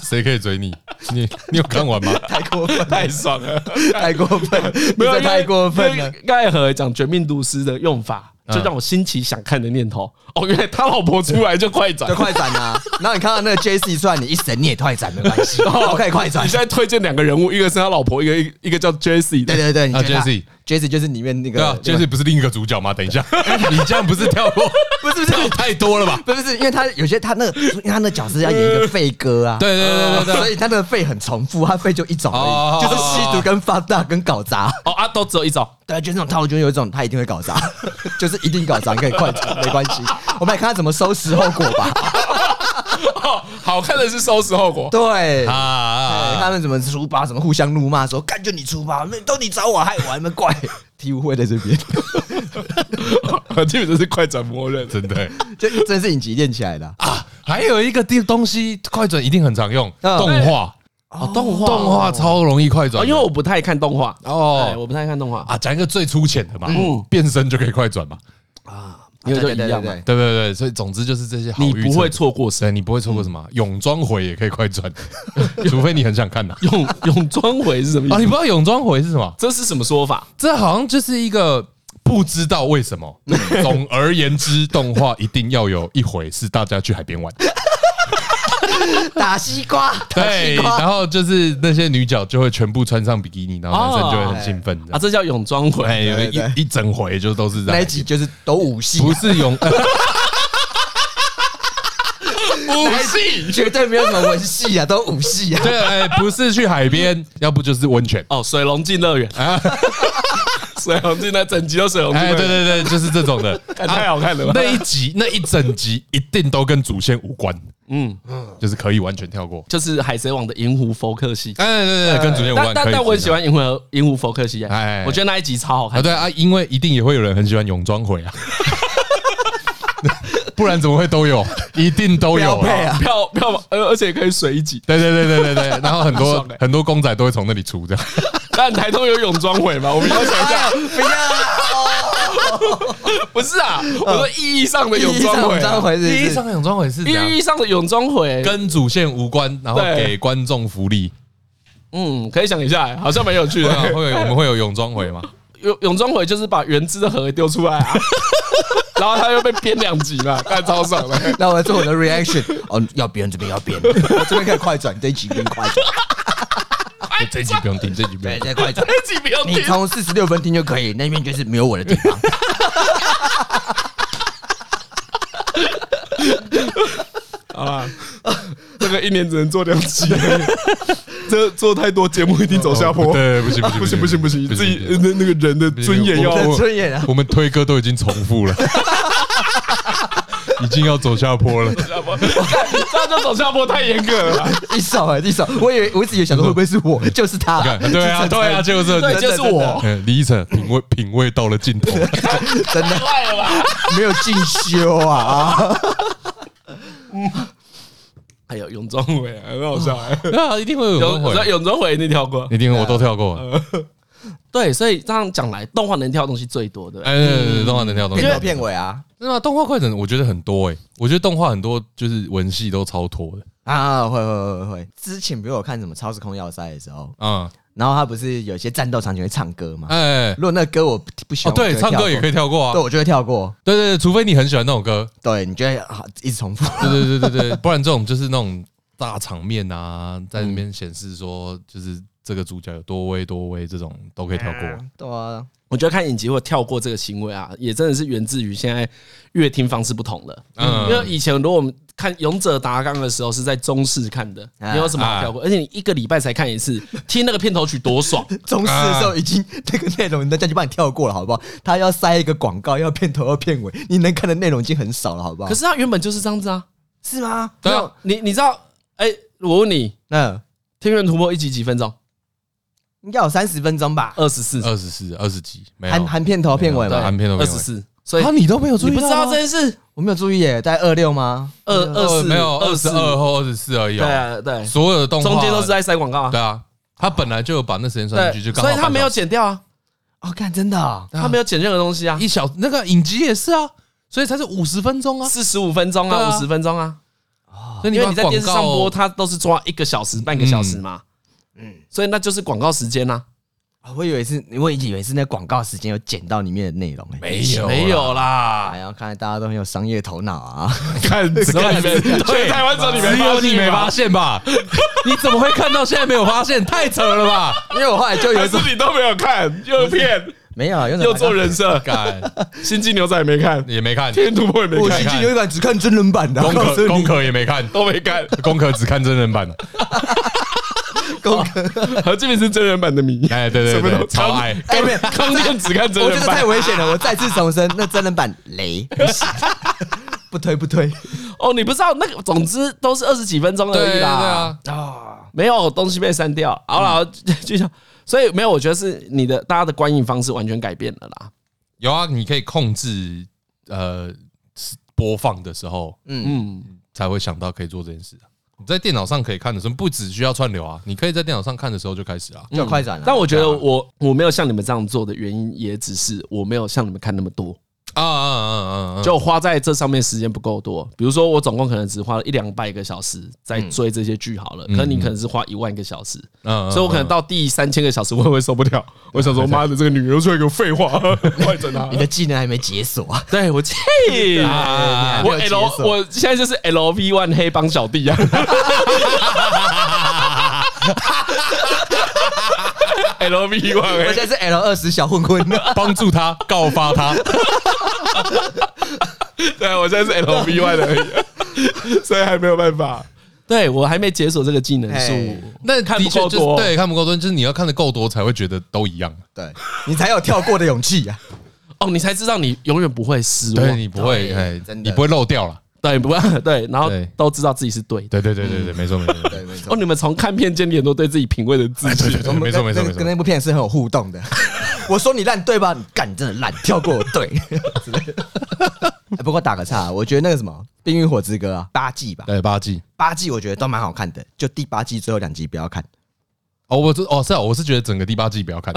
谁可以追你？你你有看 完吗？太过分，太爽 了，太过分，没有啊因为太过分了嗯因。为刚才和讲《绝命毒师》的用法，就让我兴起想看的念头。哦，原来他老婆出来就快转 就，快转啊！然后你看到那个 J C 算你一神，你也快转没关系，我可以快转你。现在推荐两个人物，一个是他老婆，一个一一个叫 Jesse 对的。对对，你啊觉得 Jesse J C 就是里面那对啊个，就是不是另一个主角吗？等一下， 你这样不是跳过？ 不是不跳是太多了吧？不是不是，因为他有些他那个，因为他那角色要演一个废哥啊，对对对对所对，以他那个肺很重复，他肺就一种哦而已，就是吸毒跟发大跟搞砸。哦啊，都只有一种。对，就那种套路，就有一种他一定会搞砸， 就是一定搞砸，你可以快 转没关系。我们来看他怎么收拾后果 吧。哦，好看的是收拾后果。对。啊啊哎啊！他们怎么出包？怎么互相怒骂？说干就你出包，都你找我害我，你们怪。 体会在这边， 基本上是快转默认。真的欸 就真是影集练起来的啊、啊，还有一个地东西，快转一定很常用，嗯动画，哦，动画，动画超容易快哦，转的，因为我不太看动画。哎，哦我不太看动画，啊，讲一个最粗浅的嘛嗯，变身就可以快转嘛，因为就一啊对对样对嘛对。对对对，所以总之就是这些好你预不测会。错过嗯谁？对，你不会错过什么泳装回也可以 快转，除非你很想看呐。泳泳装回是什么啊，意思？你不哦知道泳装回是什么？这是什么说法？这好像就是一个不知道为 什么。总而言之，动画一定要有一回是大家去海 边玩，打西瓜，打对，西瓜，然后就是那些女角就会全部穿上比基尼，然哦后男生就会很兴奋啊，的。这叫泳装回。哎，有对对一一整回就都是这那一样，集就是都武戏，不是泳，武戏。 绝对没有什么文戏啊，都武戏啊。 对，哎，不是去 海边，要不就是温泉。哦，水龙进乐园啊， 水龙进那整集都水龙进乐哎，园，对对对，就是 这种的，啊看太好看了吧那一集那一整集一定都跟主线无关，嗯，就是可以完全跳过。就是海贼王的银狐佛克西。哎，对对对，跟主线无呃但关。可但以但我很喜知道。欢银狐银狐佛克西，哎哎，我觉得那一集超好啊，看。对啊，因为一定也会有人很喜欢泳装回啊， 不然怎么会都有？一定都有标 配啊票票房，呃，而且可以水一集。对对对对对对，然后很多爽欸很多公仔都会从那里出，这样但台东有泳装毁 嘛？我们要想一哎下，不要不是啊，嗯我说意义上的泳意义装上 毁文章啊，回是不是泳装回啊是意义上的泳装毁，跟主线无关，然后对给观众福利。嗯，可以想一下，好像蛮有趣对啊，的。会有我们会有泳装回吗？泳泳装毁就是把原汁的河丢出来 啊，然后他又被编两集嘛，看超爽的。 那我来做我的 reaction。哦，要编这边要编，我这边可以快转，这一集可以快转，这一集不用听，这一集不用对，听。再快转。这集不用你听，从四十六分听就可以，那边就是没有我的地方。哦好吧？这个一年只能做两集，这做太多节目一定走下坡。对，不行不行不行不行，自己不行那那个人的尊严要不行我我的尊严啊我们推歌都已经重复了，已经要走下坡了。下坡，这样就走下坡太严格了啦。一首哎，一首，我以为我一直也想说会不会是 我，就是他你。看，对啊，对啊，就是对，这。就是我，嗯，李依晨品味品味到了尽头，真的坏了吧？没有进修哦啊！还有泳装尾啊很好笑欸，啊，一定会有泳人我知道回，泳装尾一定跳过。一定我都跳过。对，所以这样讲来，动画能跳的东西最多，对不对？哎，对对对动画能跳，动画片能跳。头片尾啊真的吗动画快整，我觉得很多哎、我觉得动画很多就是文戏都超脱的啊，会会会会。之前比如我看什么《超时空要塞》的时候，啊，然后他不是有些战斗场景会唱歌吗？哎、如果那个歌我不不喜哦欢，对，唱歌也可以，以跳过啊，对我就会跳过。对对对，除非你很喜欢那种歌，对，你就会啊一直重复。 对对对对对，不然这种就是那种大场面啊，在那边显示说就是这个主角有多威多威这种都可以跳过，对啊，我觉得看影集或跳过这个行为啊，也真的是源自于现在乐听方式不同了。嗯因为以前如果我们看《勇者达纲》的时候是在中视看的，啊没有什么好跳过，而且你一个礼拜才看一 次，听那个片头曲多爽。哦中式的时候已经那个内容，人家就帮你跳过了，好不好？他要塞一个广告，要片头要片尾，你能看的内容已经很少了，好不好？可是它原本就是这样子啊。是吗？对那啊你你知道？哎，我问你，《嗯，天元突破》一集几分钟？应该有三十分钟吧，二十四，二十四二十集没有含含片头片尾对嘛。含片头二片十尾四，所以啊，你都没有注你意不知道吗这件事？我没有注意耶，在二六吗？二二呃四没有二二十四二或二十四而已、对哦，啊对，所有的动画中间都是在塞广告啊对。啊，他本来就有把那时间算进去，对，就刚好所以他半没有小时剪掉啊，哦，看真的哦，他没有剪任何东西啊，一小那个影集也是啊，所以才是五十分钟啊。四十五分钟对啊，啊五十分钟啊，所以因为你把在电视上播，广告它都是抓一个小时、半个小时嘛，嗯，所以那就是广告时间啊 呐，哦我以为是，我以为是那广告时间有剪到里面的内容欸诶。没有没有哎啦，呀，看来大家都很有商业头脑啊！ 看 只有你们全台湾只有你没只有你没发发现现吧？你怎么会看到现在 没有发现？太扯了吧！因为我后来就有还一 种是你都没有看，又骗 没有，有一种又做人设，干星际牛仔也没看，也没看，天元突破也没我看星，际牛仔只看真人版的啊，功告诉课你功课也没看，都没看，功课只看真人版。功课。何志明是真人版的 迷，哎，对对什么对，都超爱。 哎，没有康健只 看真我人觉得版太。危险了，我再次重申，那真人版雷， 不推不推哦，你不知道那个，总之都是二十几分钟而对已对对啦。啊，啊！没有东西被删掉，好了，就像所以没有，我觉得是你的大家的观影方式完全改变了啦。有啊，你可以控制呃播放的时候嗯，才会想到可以做这件事啊。你在电脑上可以看的时候，不只需要串流啊，你可以在电脑上看的时候就开始啊。就快转但了。啊我觉得我我没有像你们这样做的原因，也只是我没有像你们看那么多，啊啊啊啊啊！嗯就花在这上面时间不够多。比如说，我总共可能只花了一两百个小时在追这些剧好了，可你可能是花一万个小时，嗯所以我可能到第三千个小时，我也会受不 了。我想说，妈的，这个女人又出来给我废话，快整她！你的技能还没解锁 啊， 对我气，啊我没有解 L 锁我现在就是 L V One 黑帮小 弟啊。L V 我 One，现在是 L 二十小混混，啊帮助他告发他，对我现在是 L V One 的而已。所以还没有办法。对我还没解锁这个技能树嘿， 那看不的确够就是多对看不够多，就是你要看的够多才会觉得都一样。对你才有跳过的勇气啊！哦，你才知道你永远不会失对望，你不会，对哎真，的你不会漏掉了。对，不 会对，然后对都知道自己是对的。对对对对 嗯对，没 错没错。没错对，没哦，错，你们从看片建立很多对自己品味的自信。对对，没错没错没跟跟跟错。那部片是很有互动的。 我说你烂对吧？你干，你真的烂，跳过 对。之类的哎不过打个岔，我觉得那个什么《冰与火之歌》啊，八季吧，对八季八季我觉得都蛮好看的，就第八季最后两集不要看。哦，我是哦是啊，我是觉得整个第八季不要看。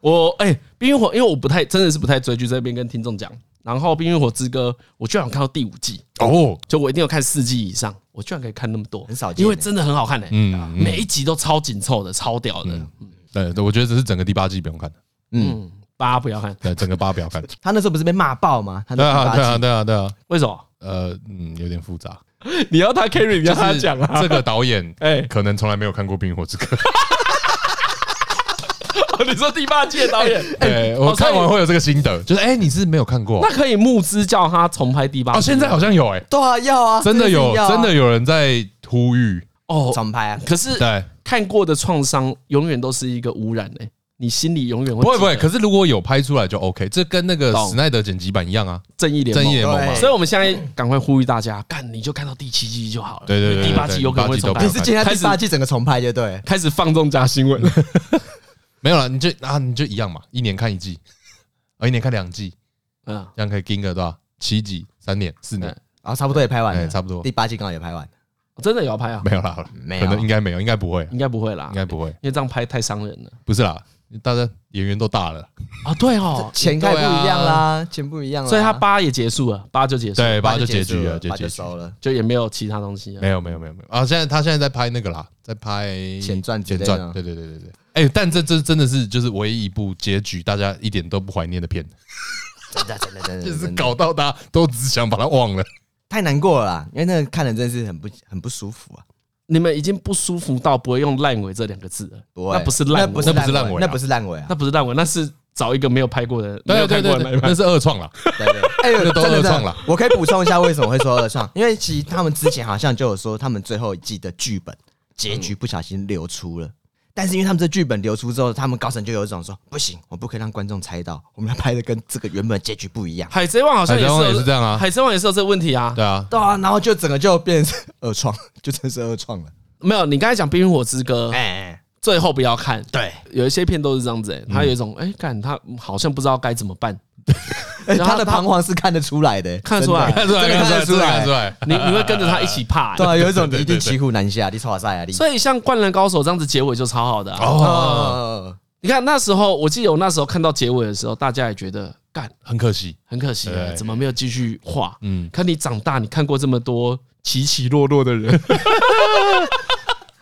我哎，《冰与火》，因为我不太真的是不太追剧，这边跟听众讲。然后，《冰与火之歌》，我居然有看到第五季， 哦，就我一定有看四季以上，我居然可以看那么多，很少见因为真的很好看哎、嗯嗯每一集都超紧凑的，超屌的。对对，我觉得这是整个第八季不用看，嗯，八不要看，对，整个八不要看。他那时候不是被骂爆吗？ 他对那啊对第八啊季，对啊对啊，为什么？ 呃嗯，有点复杂。你要他 carry，你要他就是讲啊？这个导演哎可能从来没有看过《冰与火之歌》。 你说第八季的导演，哎对，哦我看所以完会有这个心得，就是哎、你是没有看过 那可以募资叫他重拍第八季哦？吗。现在好像有哎、对啊，要啊，真的有，要啊真的有人在呼吁。哦，重拍啊，可是对，看过的创伤永远都是一个污染哎、你心里永远会不会不会，记得可是如果有拍出来就 OK，这跟那个懂史奈德剪辑版一样啊，正义联正义盟。联盟嘛对。所以，我们现在赶快呼吁大家，干你就看到第七季就好了。对对对因为第八对对季有可能会第八季重都拍不你要。是今天第八季整个重拍就对了。开始放纵加新闻，没有了，你就啊你就一样嘛，一年看一季，啊一年看两季， 嗯，这样可以盯个对吧？七集、三年、四年，啊，差不多也拍完哎了，差不多第八季刚好也拍完，真的有要拍啊？ 没有啦，好了，没可有能应该没有，应该不会，应该不会啦应，该不会，因为这样拍太伤人了不是啦，大家演员都大了，啊！对哦，钱对啊开不一样啦，钱不一样啦，所以他八也结束了，八就结束了，对，八就结结束局了，八结就局。收了，就也没有其他东西了没。有没有没有没有啊！现在他现在在拍那个啦，在拍前传之前类的传， 对对对对对。哎、但这这真的是就是唯一一部结局大家一点都不怀念的片，真的真的真的，就是真的搞到大家都只想把它忘了。太难过了啦，因为那个看了真的是很不很不舒服啊。你们已经不舒服到不会用烂尾这两个字了，不会，那不是烂尾欸那不是那不是烂尾啊那不是烂尾啊那！不是烂尾，那是找一个没有拍过的、没对有看对过的对来对，拍那。是二创啦。对对，那哎呦，都真的二真创的啦，我可以补充一下为什么会说二创，因为其实他们之前好像就有说，他们最后一季的剧本结局不小心流出了。但是因为他们这剧本流出之后，他们高层就有一种说不行，我不可以让观众猜到，我们要拍的跟这个原本结局不一样。海贼王好像海也贼王是也有是这样啊海贼王也是有这个问题啊。对啊， 对啊，然后就整个就变成二创，就真是二创了。没有，你刚才讲《冰与火之歌 哎、》，哎最后不要看，对，有一些片都是这样子，欸嗯他有一种哎，干他好像不知道该怎么办。哎然后他的彷徨是看得出来的、看得出来真的看得出来，看真的得出来，看看得得出出来。来。你你会跟着他一起 怕欸。对啊，有一种你一对对对定骑虎难下，你耍赛 啊，你所以像《灌篮高手》这样子结尾就超好的啊。哦，哦，你看那时候，我记得我那时候看到结尾的时候，大家也觉得干很可惜。很可惜啊，对怎么没有继续画？嗯，看你长大，你看过这么多起起落落的 人，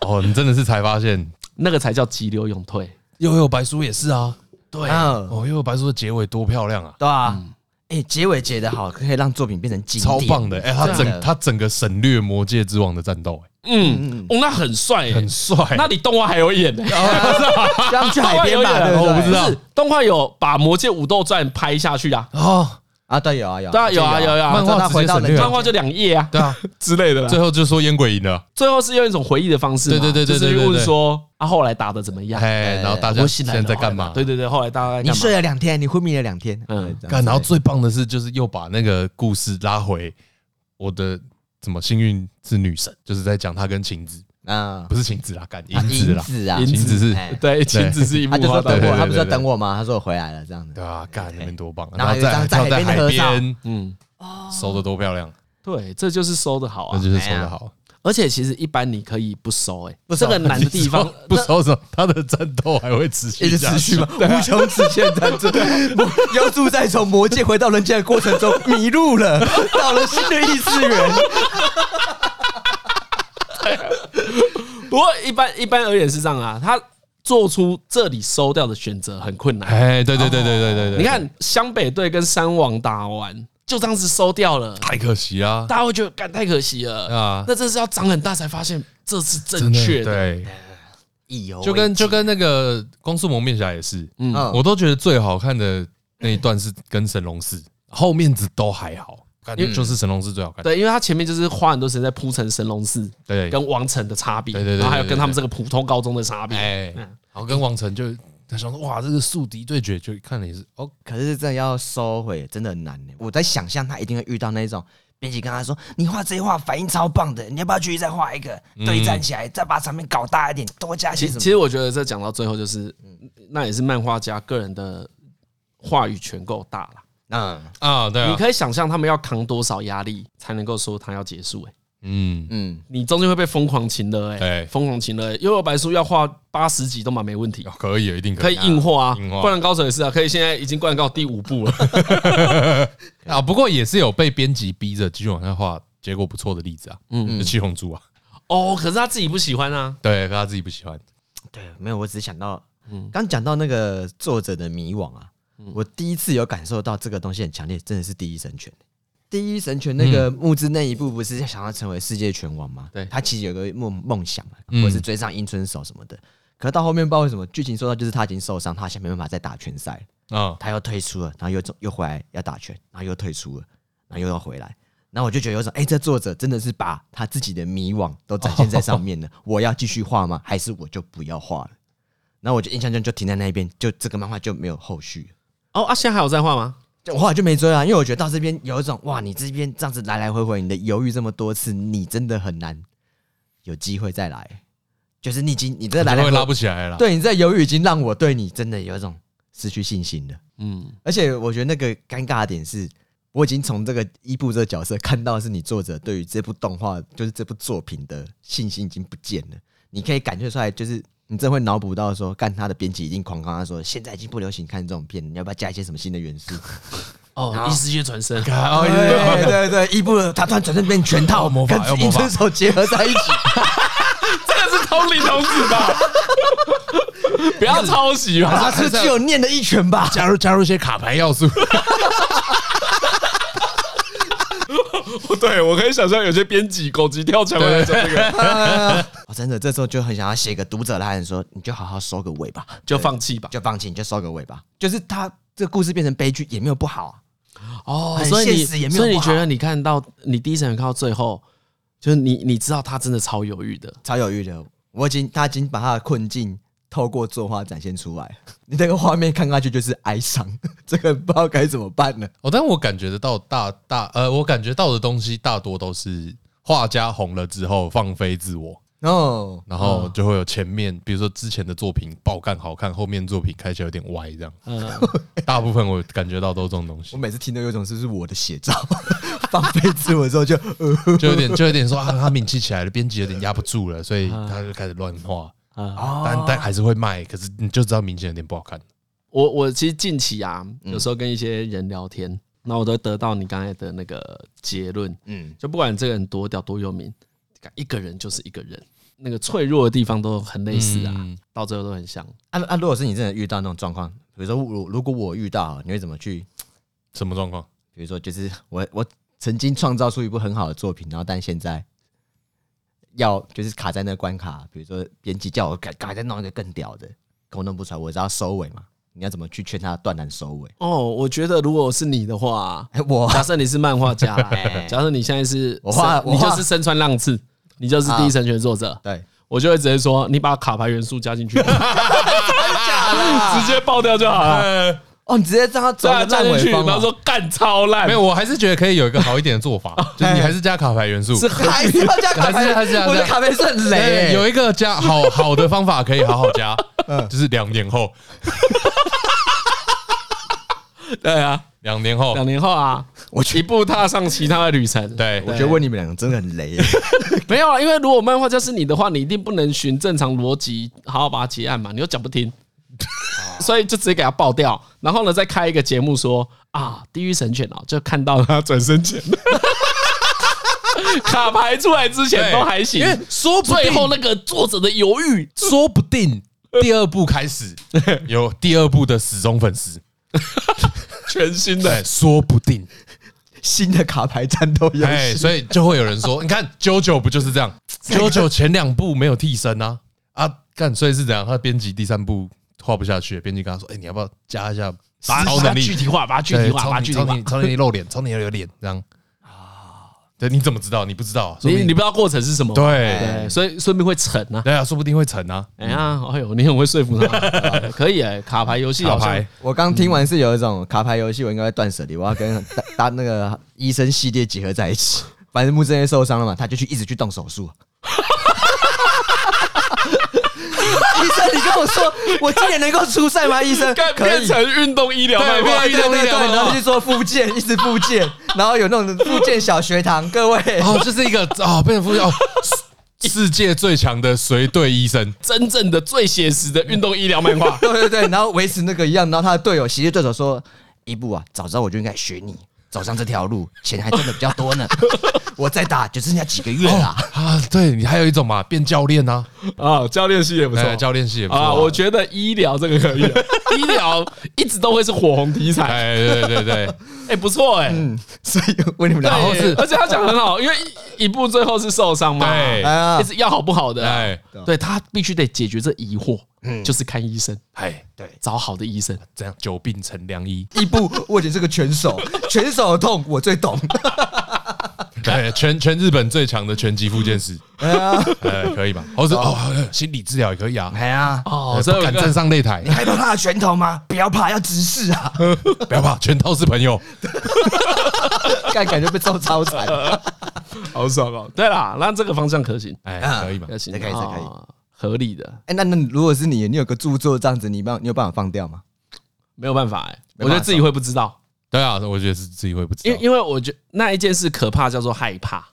哦，你真的是才发现，那个才叫急流勇退。悠悠白书也是啊。对嗯，哦，悠悠白书的结尾多漂亮啊！对啊，哎，结尾结的好，可以让作品变成经超典， 棒的，哎、他真的整他整个省略魔界之王的战斗、嗯，哦，那很帅欸，哎，很帅、那你动画还有 演呢？就让他们去海边动吧，画有演啊对哦对？我不知道不是动画有把《魔界武斗传》拍下去啊，哦，啊，对，有啊，有，当然有啊，有啊有漫啊，画让他直接回到省略啊人间漫画就两页啊对啊，之类的最啦。后就说烟鬼赢了，最后是用一种回忆的方式嘛，对对对对对对就是问说啊，后来打的怎么样？哎，然后大家我醒现来在了在干嘛？啊对对对，后来大家在你干嘛睡？了两天，你昏迷了两天，嗯嗯，这样干，子然后最棒的是，就是又把那个故事拉回我的怎么幸运是女神，就是在讲她跟晴子，啊，不是晴子啦，干啊银子啦，子啊银，晴子是，哎对，晴子是一他幕就花说等的，对对我，对他不是说对等我吗？他说我回来了，这样子对，啊，干那边多棒啊，然后后有一在张在还在海边的海合边嗯，收的多漂亮，对，这就是收的好那啊。就是收的好，而且其实一般你可以不收，哎，不这啊收个难的地方 不收手，他的战斗还会持续，啊一直持续嘛，，无穷无限战争。魔妖柱在从魔界回到人间的过程中迷路了，到了新的异次元。不过一般一般而言是这样啊，他做出这里收掉的选择很困难。哎，对对对对对对对，你看湘北队跟山王打完，就这样子收掉了，太可惜啊，大家会觉得干太可惜了。啊，那真是要长很大才发现这是正真的确的。对，意犹未就跟尽就跟那个光速蒙面侠也是，嗯嗯我都觉得最好看的那一段是跟神龙寺，后面子都还好。感觉就是神龙是最好看的。对，因为他前面就是花很多时间在铺陈神龙寺对，跟王城的差别，对对对然后还有对对跟他们对这个普通高中的差别。嗯哎，然后跟王晨就他想说，哇，这个宿敌对决，就看了也是哦，可是真的要收回，真的很难呢。我在想象他一定会遇到那种编辑跟他说：“你画这一画反应超棒的，你要不要继续再画一个对战起来，再把场面搞大一点，多加些其什么嗯其实我觉得这讲到最后就是，嗯那也是漫画家个人的话语权够大了。？”嗯啊，对你啊，可以想象他们要扛多少压力才能够说他要结束、欸？嗯，嗯，你中间会被疯狂情勒、欸，对疯狂情勒、欸。幽游白书要画八十集都蛮没问题，哦可以，一定可以硬哦画啊。硬画灌篮高手也是啊，可以现在已经灌篮到第五部了。啊，不过也是有被编辑逼着继续往下画，结果不错的例子啊，嗯，七龙珠啊， 哦，可是他自己不喜欢啊。对，他自己不喜欢，对，没有，我只想到，刚讲到那个作者的迷惘啊，我第一次有感受到这个东西很强烈，真的是第一神拳。第一神拳那个木之那一部不是想要成为世界拳王吗？对他其实有个梦梦想嘛，嗯或是追上樱村守什么的。可是到后面不知道为什么剧情说到就是他已经受伤，他现在没办法再打拳赛了，啊，他又退出了，然后又走又回来要打拳，然后又退出了，然后又要回来。然后我就觉得有种，哎、这作者真的是把他自己的迷惘都展现在 上面了。我要继续画吗？还是我就不要画了？然后我就印象中就停在那一边，就这个漫画就没有后续了。哦啊，现在还有在画吗？就我后来就没追了，因为我觉得到这边有一种，哇，你这边这样子来来回回，你的犹豫这么多次，你真的很难有机会再来。就是你已经，你真的来来来会回拉不起来了，，对你在犹豫，已经让我对你真的有一种失去信心了。嗯，而且我觉得那个尴尬的点是，我已经从这个伊布这个角色看到的是你作者对于这部动画，就是这部作品的信心已经不见了。你可以感觉出来，就是你真会脑补到说，干他的编辑一定狂刚他说，现在已经不流行看这种片，你要不要加一些什么新的元素？哦，异世界传声。哦，对 对对，伊布他突然转身变全套哦魔法跟要银魔法春手结合在一起， 这个是同理童子吧？不要抄袭 吧！他是只有念了一拳吧？ 加入加入一些卡牌要素， 对，我可以想象有些编辑狗急跳墙来做这个，我哦真的这时候就很想要写个读者来函说，你就好好收个尾吧。 就放弃吧。就放弃，你就收个尾吧。就是他这个故事变成悲剧也没有不好、啊，哦很所以现实也你没有所以你不好觉得你看到你第一层看到最后，就是你你知道他真的超犹豫的，超有余的。我已经他已经把他的困境透过作画展现出来，你那个画面看下去就是哀伤，这个不知道该怎么办了。 哦，但我感觉得到大大呃，我感觉到的东西大多都是画家红了之后放飞自我，哦，然后就会有前面比如说之前的作品爆干好看，后面作品开起来有点歪 这样。 嗯，大部分我感觉到都是这种东西我，每次听到有一种是不是我的写照，放飞自我之后就呃就有点就有点说啊，他名气起来了，编辑有点压不住了，所以他就开始乱 画。嗯但但还是会卖，可是你就知道明显有点不好看。我我其实近期啊，有时候跟一些人聊天，那我都得到你刚才的那个结论，嗯，就不管这个人多屌多有名，一个人就是一个人，那个脆弱的地方都很类似啊嗯，到最后都很像。啊啊！如果是你真的遇到那种状况，比如说如如果我遇到，你会怎么去？什么状况？比如说就是我我曾经创造出一部很好的作品，然后但现在要就是卡在那个关卡，比如说编辑叫我赶赶快再弄一个更屌的，可我弄不出来，我知道收尾嘛，你要怎么去劝他断然收尾？哦，我觉得如果是你的话，哎，我 假设你是漫画 家啦，假设你现在是我画你我画就是身穿浪次，你就是第一神拳作者，对，我就会直接说你把卡牌元素加进 去，直接爆掉就好了，呃，哦，你直接让他走对啊，个加烂进去，尾方然后哦、说干超烂，没有，我还是觉得可以有一个好一点的做 法，就是你还是加卡牌元素，是很还啊是要加卡还是牌，还是要我这的样卡牌是很雷、对欸，哎有一个 加好好的方法可以好好加，嗯就是两年后，对啊，两年后两年后啊，我一步踏上其他的旅程，对我觉得问你们两个真的很雷、欸，没有啊，因为如果漫画家是你的话，你一定不能循正常逻辑好好把它结案嘛，你又讲不听，所以就直接给他爆掉，然后呢再开一个节目说啊，地狱神犬哦，就看到他转身前，卡牌出来之前都还行因，为说不最定后那个作者的犹豫，说不定第二部 开始有第二部的死忠粉丝，全新对，的说不定，新的卡牌战斗游哎，戏，所以就会有人 说，你看九九不就是这样？九九前两部没有替身啊啊，干，所以是怎样？他编辑第三部画不下去，编辑跟他说，哎，你要不要加一下把超把它能力？具体化，把它具体对化，把它具体啊超化 能力，超能力超能力露脸，超能力有脸，这样对，你怎么知道？你不知道啊，说你不你定不知道过程是什么，对对，所以说不定会沉啊。对啊，说不定会成啊。哎呀，哎呦，你很会说服他，啊 可以哎，卡牌游戏好卡像牌，我刚听完是有一种卡牌游戏，我应该会断舍离，我要跟搭搭那个医生系列结合在一起。 反正木真也受伤了嘛，他就去一直去动手术。 医生，你跟我说我今年能够出赛吗？医生，干可以变。成运动医疗卖对吧变对对对运对，动医疗然后去做复健，一直复健，然后有那种复健小学堂，各位，。哦，就是一个哦，变成夫哦，世世界最强的随队医生，真正的最写实的运动医疗漫画对对对，然后维持那个一样，然后他的队友、席地对手说：“伊布啊，早知道我就应该学你，走上这条路，钱还挣的比较多呢。我再打只剩下几个月啦。啊，对你还有一种嘛，变教练啊， 啊，教练系也不哎教练系也不错啊，我觉得医疗这个可以 啊，医疗一直都会是火红题材，哎，对对对，哎，不错哎。嗯，所以我问你们对俩，后是而且他讲得很好，因为一一部最后是受伤嘛，对哎呀一直要好不好的啊，哎对他必须得解决这疑惑，就是看医生，哎，找好的医生。这样久病成良医，伊布我以前是个拳手，拳手的痛我最懂。对，哎全全日本最强的拳击复健师，哎呀，哎，可以吧？或者哦，哎心理治疗也可以啊，哎呀，哦，所以不我敢跟站上 擂台你，害怕他的拳头吗？不要怕，要直视啊！不要怕，全都是朋友。感感觉被揍超惨。好爽哦。对啦，那这个方向可行，哎，啊可以吧？可行，这可以这可以哦，合理的，哎，那那如果是你，你有个著作这样子，你办你有办法放掉吗？没有办法哎，没我办法觉得自己会不知道，对啊，我觉得是自己会不知因道为。因为我觉得那一件事可怕叫做害怕，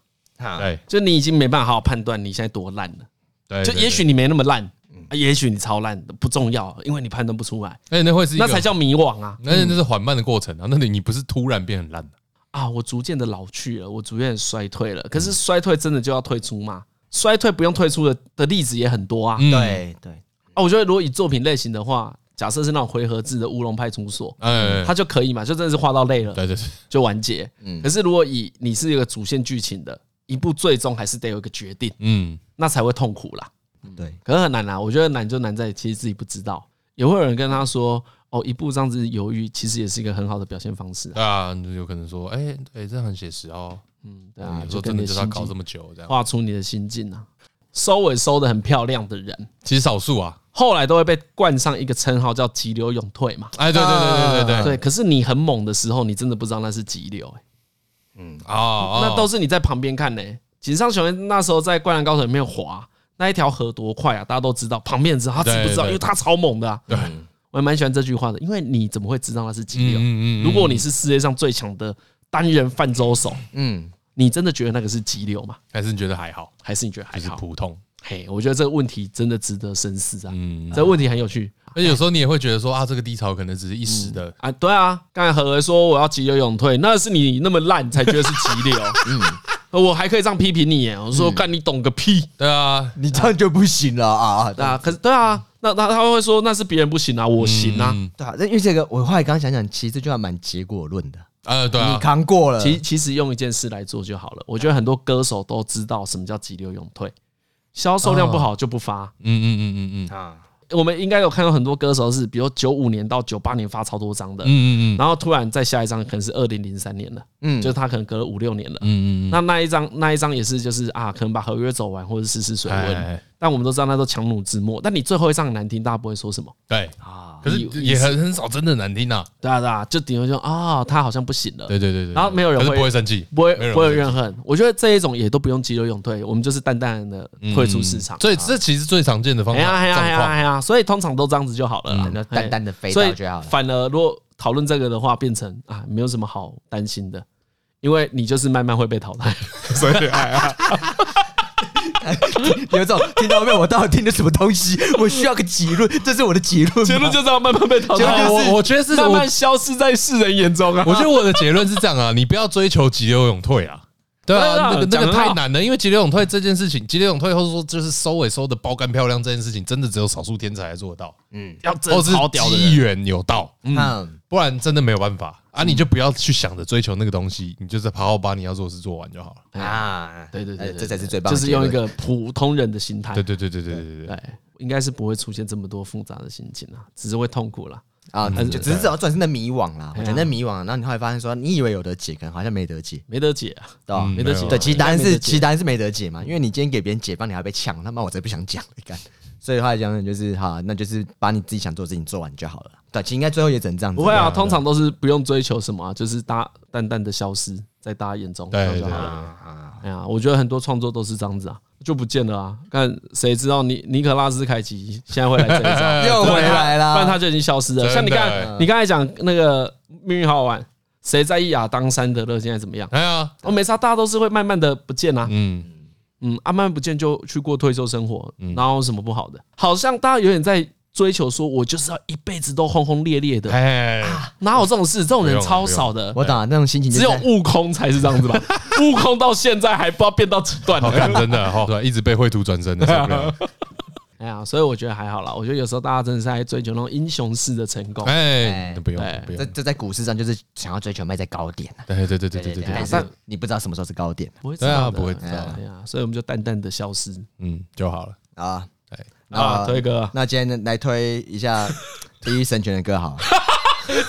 对就你已经没办法好好判断你现在多烂了，对，就对嗯也许，你没那么烂，啊也许你超烂，不重要，因为你判断不出来，对哎，那会是一个那才，叫迷惘啊。那那是缓慢的过程啊。那你你不是突然变很烂的，啊，我逐渐的老去了，我逐渐地衰退了。嗯可是衰退真的就要退出吗？衰退不用退出的的例子也很多啊。嗯，对对，啊，我觉得如果以作品类型的话，假设是那种回合制的《乌龙派出所》，哎，它就可以嘛，就真的是画到累了对对对，就完结。嗯可是如果以你是一个主线剧情的，一部最终还是得有一个决定，嗯，那才会痛苦啦。对，可是很难啦，啊我觉得难就难在其实自己不知道，也会有人跟他说。哦，一部这样子犹豫，其实也是一个很好的表现方式啊。对啊，你就有可能说，哎，对，这很写实哦。对啊，有时就候跟真你的的就是要心搞境这么久这样。画出你的心境啊。收尾收的很漂亮的人，其实少数啊，后来都会被冠上一个称号叫“急流勇退”嘛。哎，对对对对对对对，可是你很猛的时候，你真的不知道那是急流、欸啊，哦那都是你在旁边看呢、欸。井上雄彦那时候在《灌篮高手》里面滑那一条河多快啊，大家都知道，旁边人知道，他知不知道？对对因为他超猛的、啊。对，我还蛮喜欢这句话的，因为你怎么会知道那是急流？嗯如果你是世界上最强的单人泛舟手，嗯，你真的觉得那个是急流吗？还是你觉得还好，还是你觉得还就是好？普通，嘿，我觉得这个问题真的值得深思啊。嗯，这个问题很有趣而且有时候你也会觉得说啊，这个低潮可能只是一时的，啊！对啊，刚才何何说我要急流勇退，那是你那么烂才觉得是急 流。嗯，我还可以这样批评你耶！我嗯说干你懂个屁对啊，你这样就不行了啊！啊啊！可是对啊，那那他会说那是别人不行啊，我行啊。嗯嗯，对啊，那因为这个，我后来刚想想，其实这句话蛮结果论的。呃，对你啊，扛过了，其实其实用一件事来做就好了。我觉得很多歌手都知道什么叫急流勇退，销售量不好就不发。嗯嗯嗯嗯嗯我们应该有看到很多歌手是，比如九五年到九八年发超多张的，嗯嗯嗯然后突然再下一张可能是二零零三年了，嗯就是他可能隔了五六年了。嗯嗯那那一张那一张也是就是啊，可能把合约走完或者试试水哎哎温哎，但我们都知道那都强弩之末。但你最后一张很难听，大家不会说什么对，啊可是有意也思很很少真的难听啊，对啊对啊，就顶多就啊、他好像不行了，对对对对，然后没有人可是会不会生气，不会没有人不会有生气怨恨。我觉得这一种也都不用急流勇退，我们就是淡淡的退出市场。所以这其实最常见的方哎呀哎法呀哎嗯状呀况，哎呀，所以通常都这样子就好了啦，嗯那哎淡淡的飞所以到就好了。反而如果讨论这个的话，变成啊，没有什么好担心的，啊因为你就是慢慢会被淘汰。 所以哎呀， 有一种听到后面，我到底听的什么东西？我需要个结 论，这是我的结论吗。结论就是要慢慢被淘结论汰，就是我我觉得是慢我慢消失在世人眼中啊。我觉得我的结论是这样啊，你不要追求急流勇退啊。对对啊啊，那个那讲得个太好难了，因为急流勇退这件事情，急流勇退或者说就是收尾收的包干漂亮这件事情，真的只有少数天才做得到，要或真哦是超屌的机人，缘有道，嗯，不然真的没有办法啊！你就不要去想着追求那个东西，你就是好好把你要做的事做完就好了。啊，对对对，对这才是对最棒就的是结论。用一个普通人的心态，对对对对对对对对，对，应该是不会出现这么多复杂的心情啊，只是会痛苦啦。啊，嗯就只是这种转身的迷惘啦，对啊转身迷惘，然后你后来发现说，啊你以为有得解，可能好像没得解，没得解啊，对吧？嗯没得解啊。对，其实答案没是，得其解实答案是没得解嘛，因为你今天给别人解放，你还被呛，他妈我才不想讲了，干。所以后来讲的就是，好，那就是把你自己想做的事情做完就好了。对，其实应该最后也只能这样子。不会啊，通常都是不用追求什么、啊，就是大淡淡的消失在大家眼中。对对啊这样就好对了哎呀，我觉得很多创作都是这样子啊，就不见了啊。看谁知道尼尼可拉斯凯奇现在会来这一招，又回来不然啦他，就已经消失了。真的像你刚你刚才讲那个命运好好玩，谁在意亚当山德勒现在怎么样？哎呀，哦，没差，大家都是会慢慢的不见啊，嗯，嗯，啊，慢慢不见就去过退休生活，然后有什么不好的？好像大家有点在追求说，我就是要一辈子都轰轰烈烈的，哎，哪有这种事？这种人超少的，我懂啊，那种心情就只是有悟空才是这样子 吧？悟空到现在还不知道变到几段好了。看，真的哈，对，一直被绘图转身的，受不了。哎呀，所以我觉得还好啦。我觉得有时候大家真的是在追求那种英雄式的成功。哎，不用哎，不这用，哎这在股市上就是想要追求卖在高点啊，对对对对对对但对，是你不知道什么时候是高点不会知道的，对啊不会知道哎呀，所以我们就淡淡的消失嗯，就好了。啊。 哎，啊。啊推哥那今天来推一 下第一神拳的歌 好了，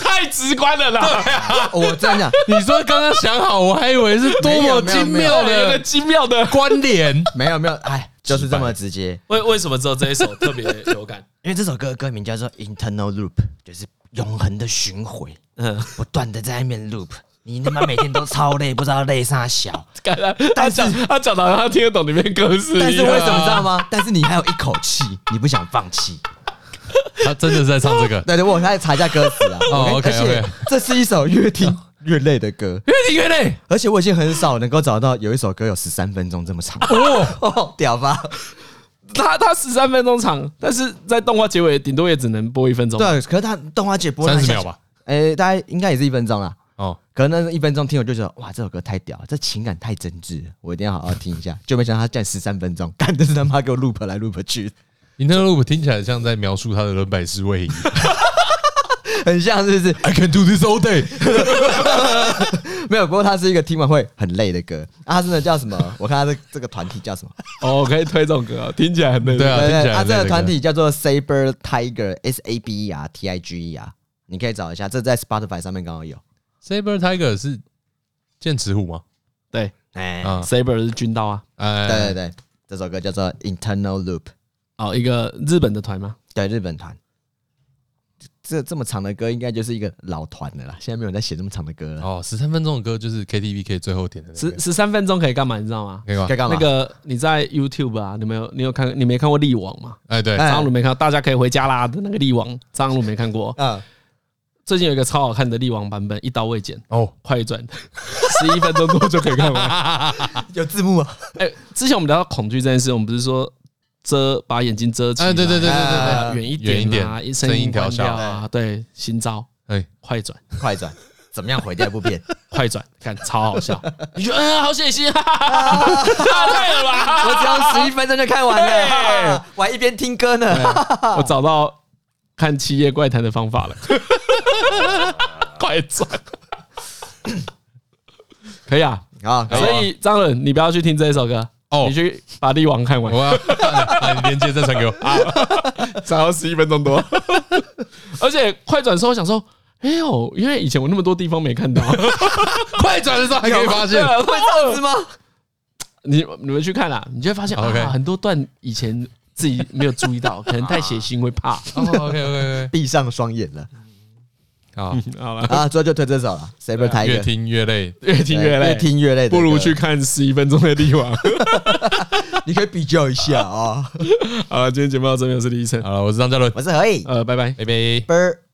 太直观了啦，我这样讲，你说刚刚想好，我还以为是多么精 妙哦有一个 的精妙的。关联。没有没有，哎，就是这么直接。为为什么只有这一首特别有 感？因为这首歌歌名叫做《Internal Loop》，就是永恒的巡回，嗯，不断的在那边 loop。你他妈每天都超累，不知道累啥小。啊感觉他 讲他讲的好像他听得懂里面歌词一样，但是为什么知道吗？但是你还有一口气，你不想放弃。 他真的是在唱这 个， 对对，我来查一下歌词啊。 哦我跟 OK，OK 而且这是一首越听越累 的歌，越听越累而且我已经很少能够找到有一首歌有十三分钟这么长。哦。 哦，屌吧？他他十三分钟长，但是在动画结尾顶多也只能播一分钟。啊对，可是他动画解播30秒吧，哎，大概应该也是一分钟啦。哦，可能那一分钟听我就觉得哇，这首歌太屌了，这情感太真挚了，我一定要好好听一下。 就没想到他竟然十三分钟，干的是他妈给我 loop 来 loop 去， Interloop 听起来像在描述他的人百思位移。很像是不是？ I can do this all day。没有，不过它是一个听完会很累的歌。啊，它真的叫什么？我看它这这个团体叫什么？哦，可以推这种歌哦，听起来很累。 对啊听起来它很这累的个歌团体叫做 Saber Tiger S A B E R T I G E R，你可以找一下，这在 Spotify 上面刚好有。 Saber Tiger 是剑齿虎吗？对哎、啊， ，Saber 是军刀啊，哎，对对对，这首歌叫做 Internal Loop，哦，一个日本的团吗？对日本团。这这么长的歌，应该就是一个老团的啦。现在没有人在写这么长的歌了。哦，十三分钟的歌就是 KTV 可以最后点的那十个，十三分钟可以干嘛？你知道吗？可以吗该？干嘛？那个你在 YouTube 啊，你没有你有看你没看过力王吗？哎，对，哎张鲁没看，大家可以回家啦的那个力王，张鲁没看过。 嗯，最近有一个超好看的力王版本，一刀未剪，哦，快 转，十一分钟多就可以看完。有字幕啊。 哎，之前我们聊到恐惧这件事，我们不是说遮把眼睛遮起来，哎，对对对对对啊哎远一远一点啊，点声声音音调关小掉啊，对，新招对，哎，快转。快转，怎么样毁掉一部片？快 转，看超好笑，你觉得嗯好血腥，哈哈 哈哈太了吧！我只要十一分钟就看完了，对我还一边听歌呢。我找到看《七夜怪谈》的方法了， 快转， 可以啊。好，以啊所以张伦，你不要去听这一首歌，哦你去把《力王》看完我，要把你连接再传给我 啊，才要十一分钟多。 而且快转的时候，我想说，哎呦，因为以前我那么多地方没看 到，啊快转的时候还可以发现，会这样子吗？你你们去看啦，你就会发现 OK 啊，很多段以前自己没有注意 到，可能太血腥会怕。哦，OK OK OK，闭上双眼了 好，好了，啊！最后就推这首了，Saber 越 Tiger，听越累，越听越对累，越听越累的歌，不如去看十一分钟的力王。 你可以比较一下啊。好了，今天节目到这边，我是李晨，好了，我是张嘉伦，我是何以呃，拜拜。拜拜。 ，Ber。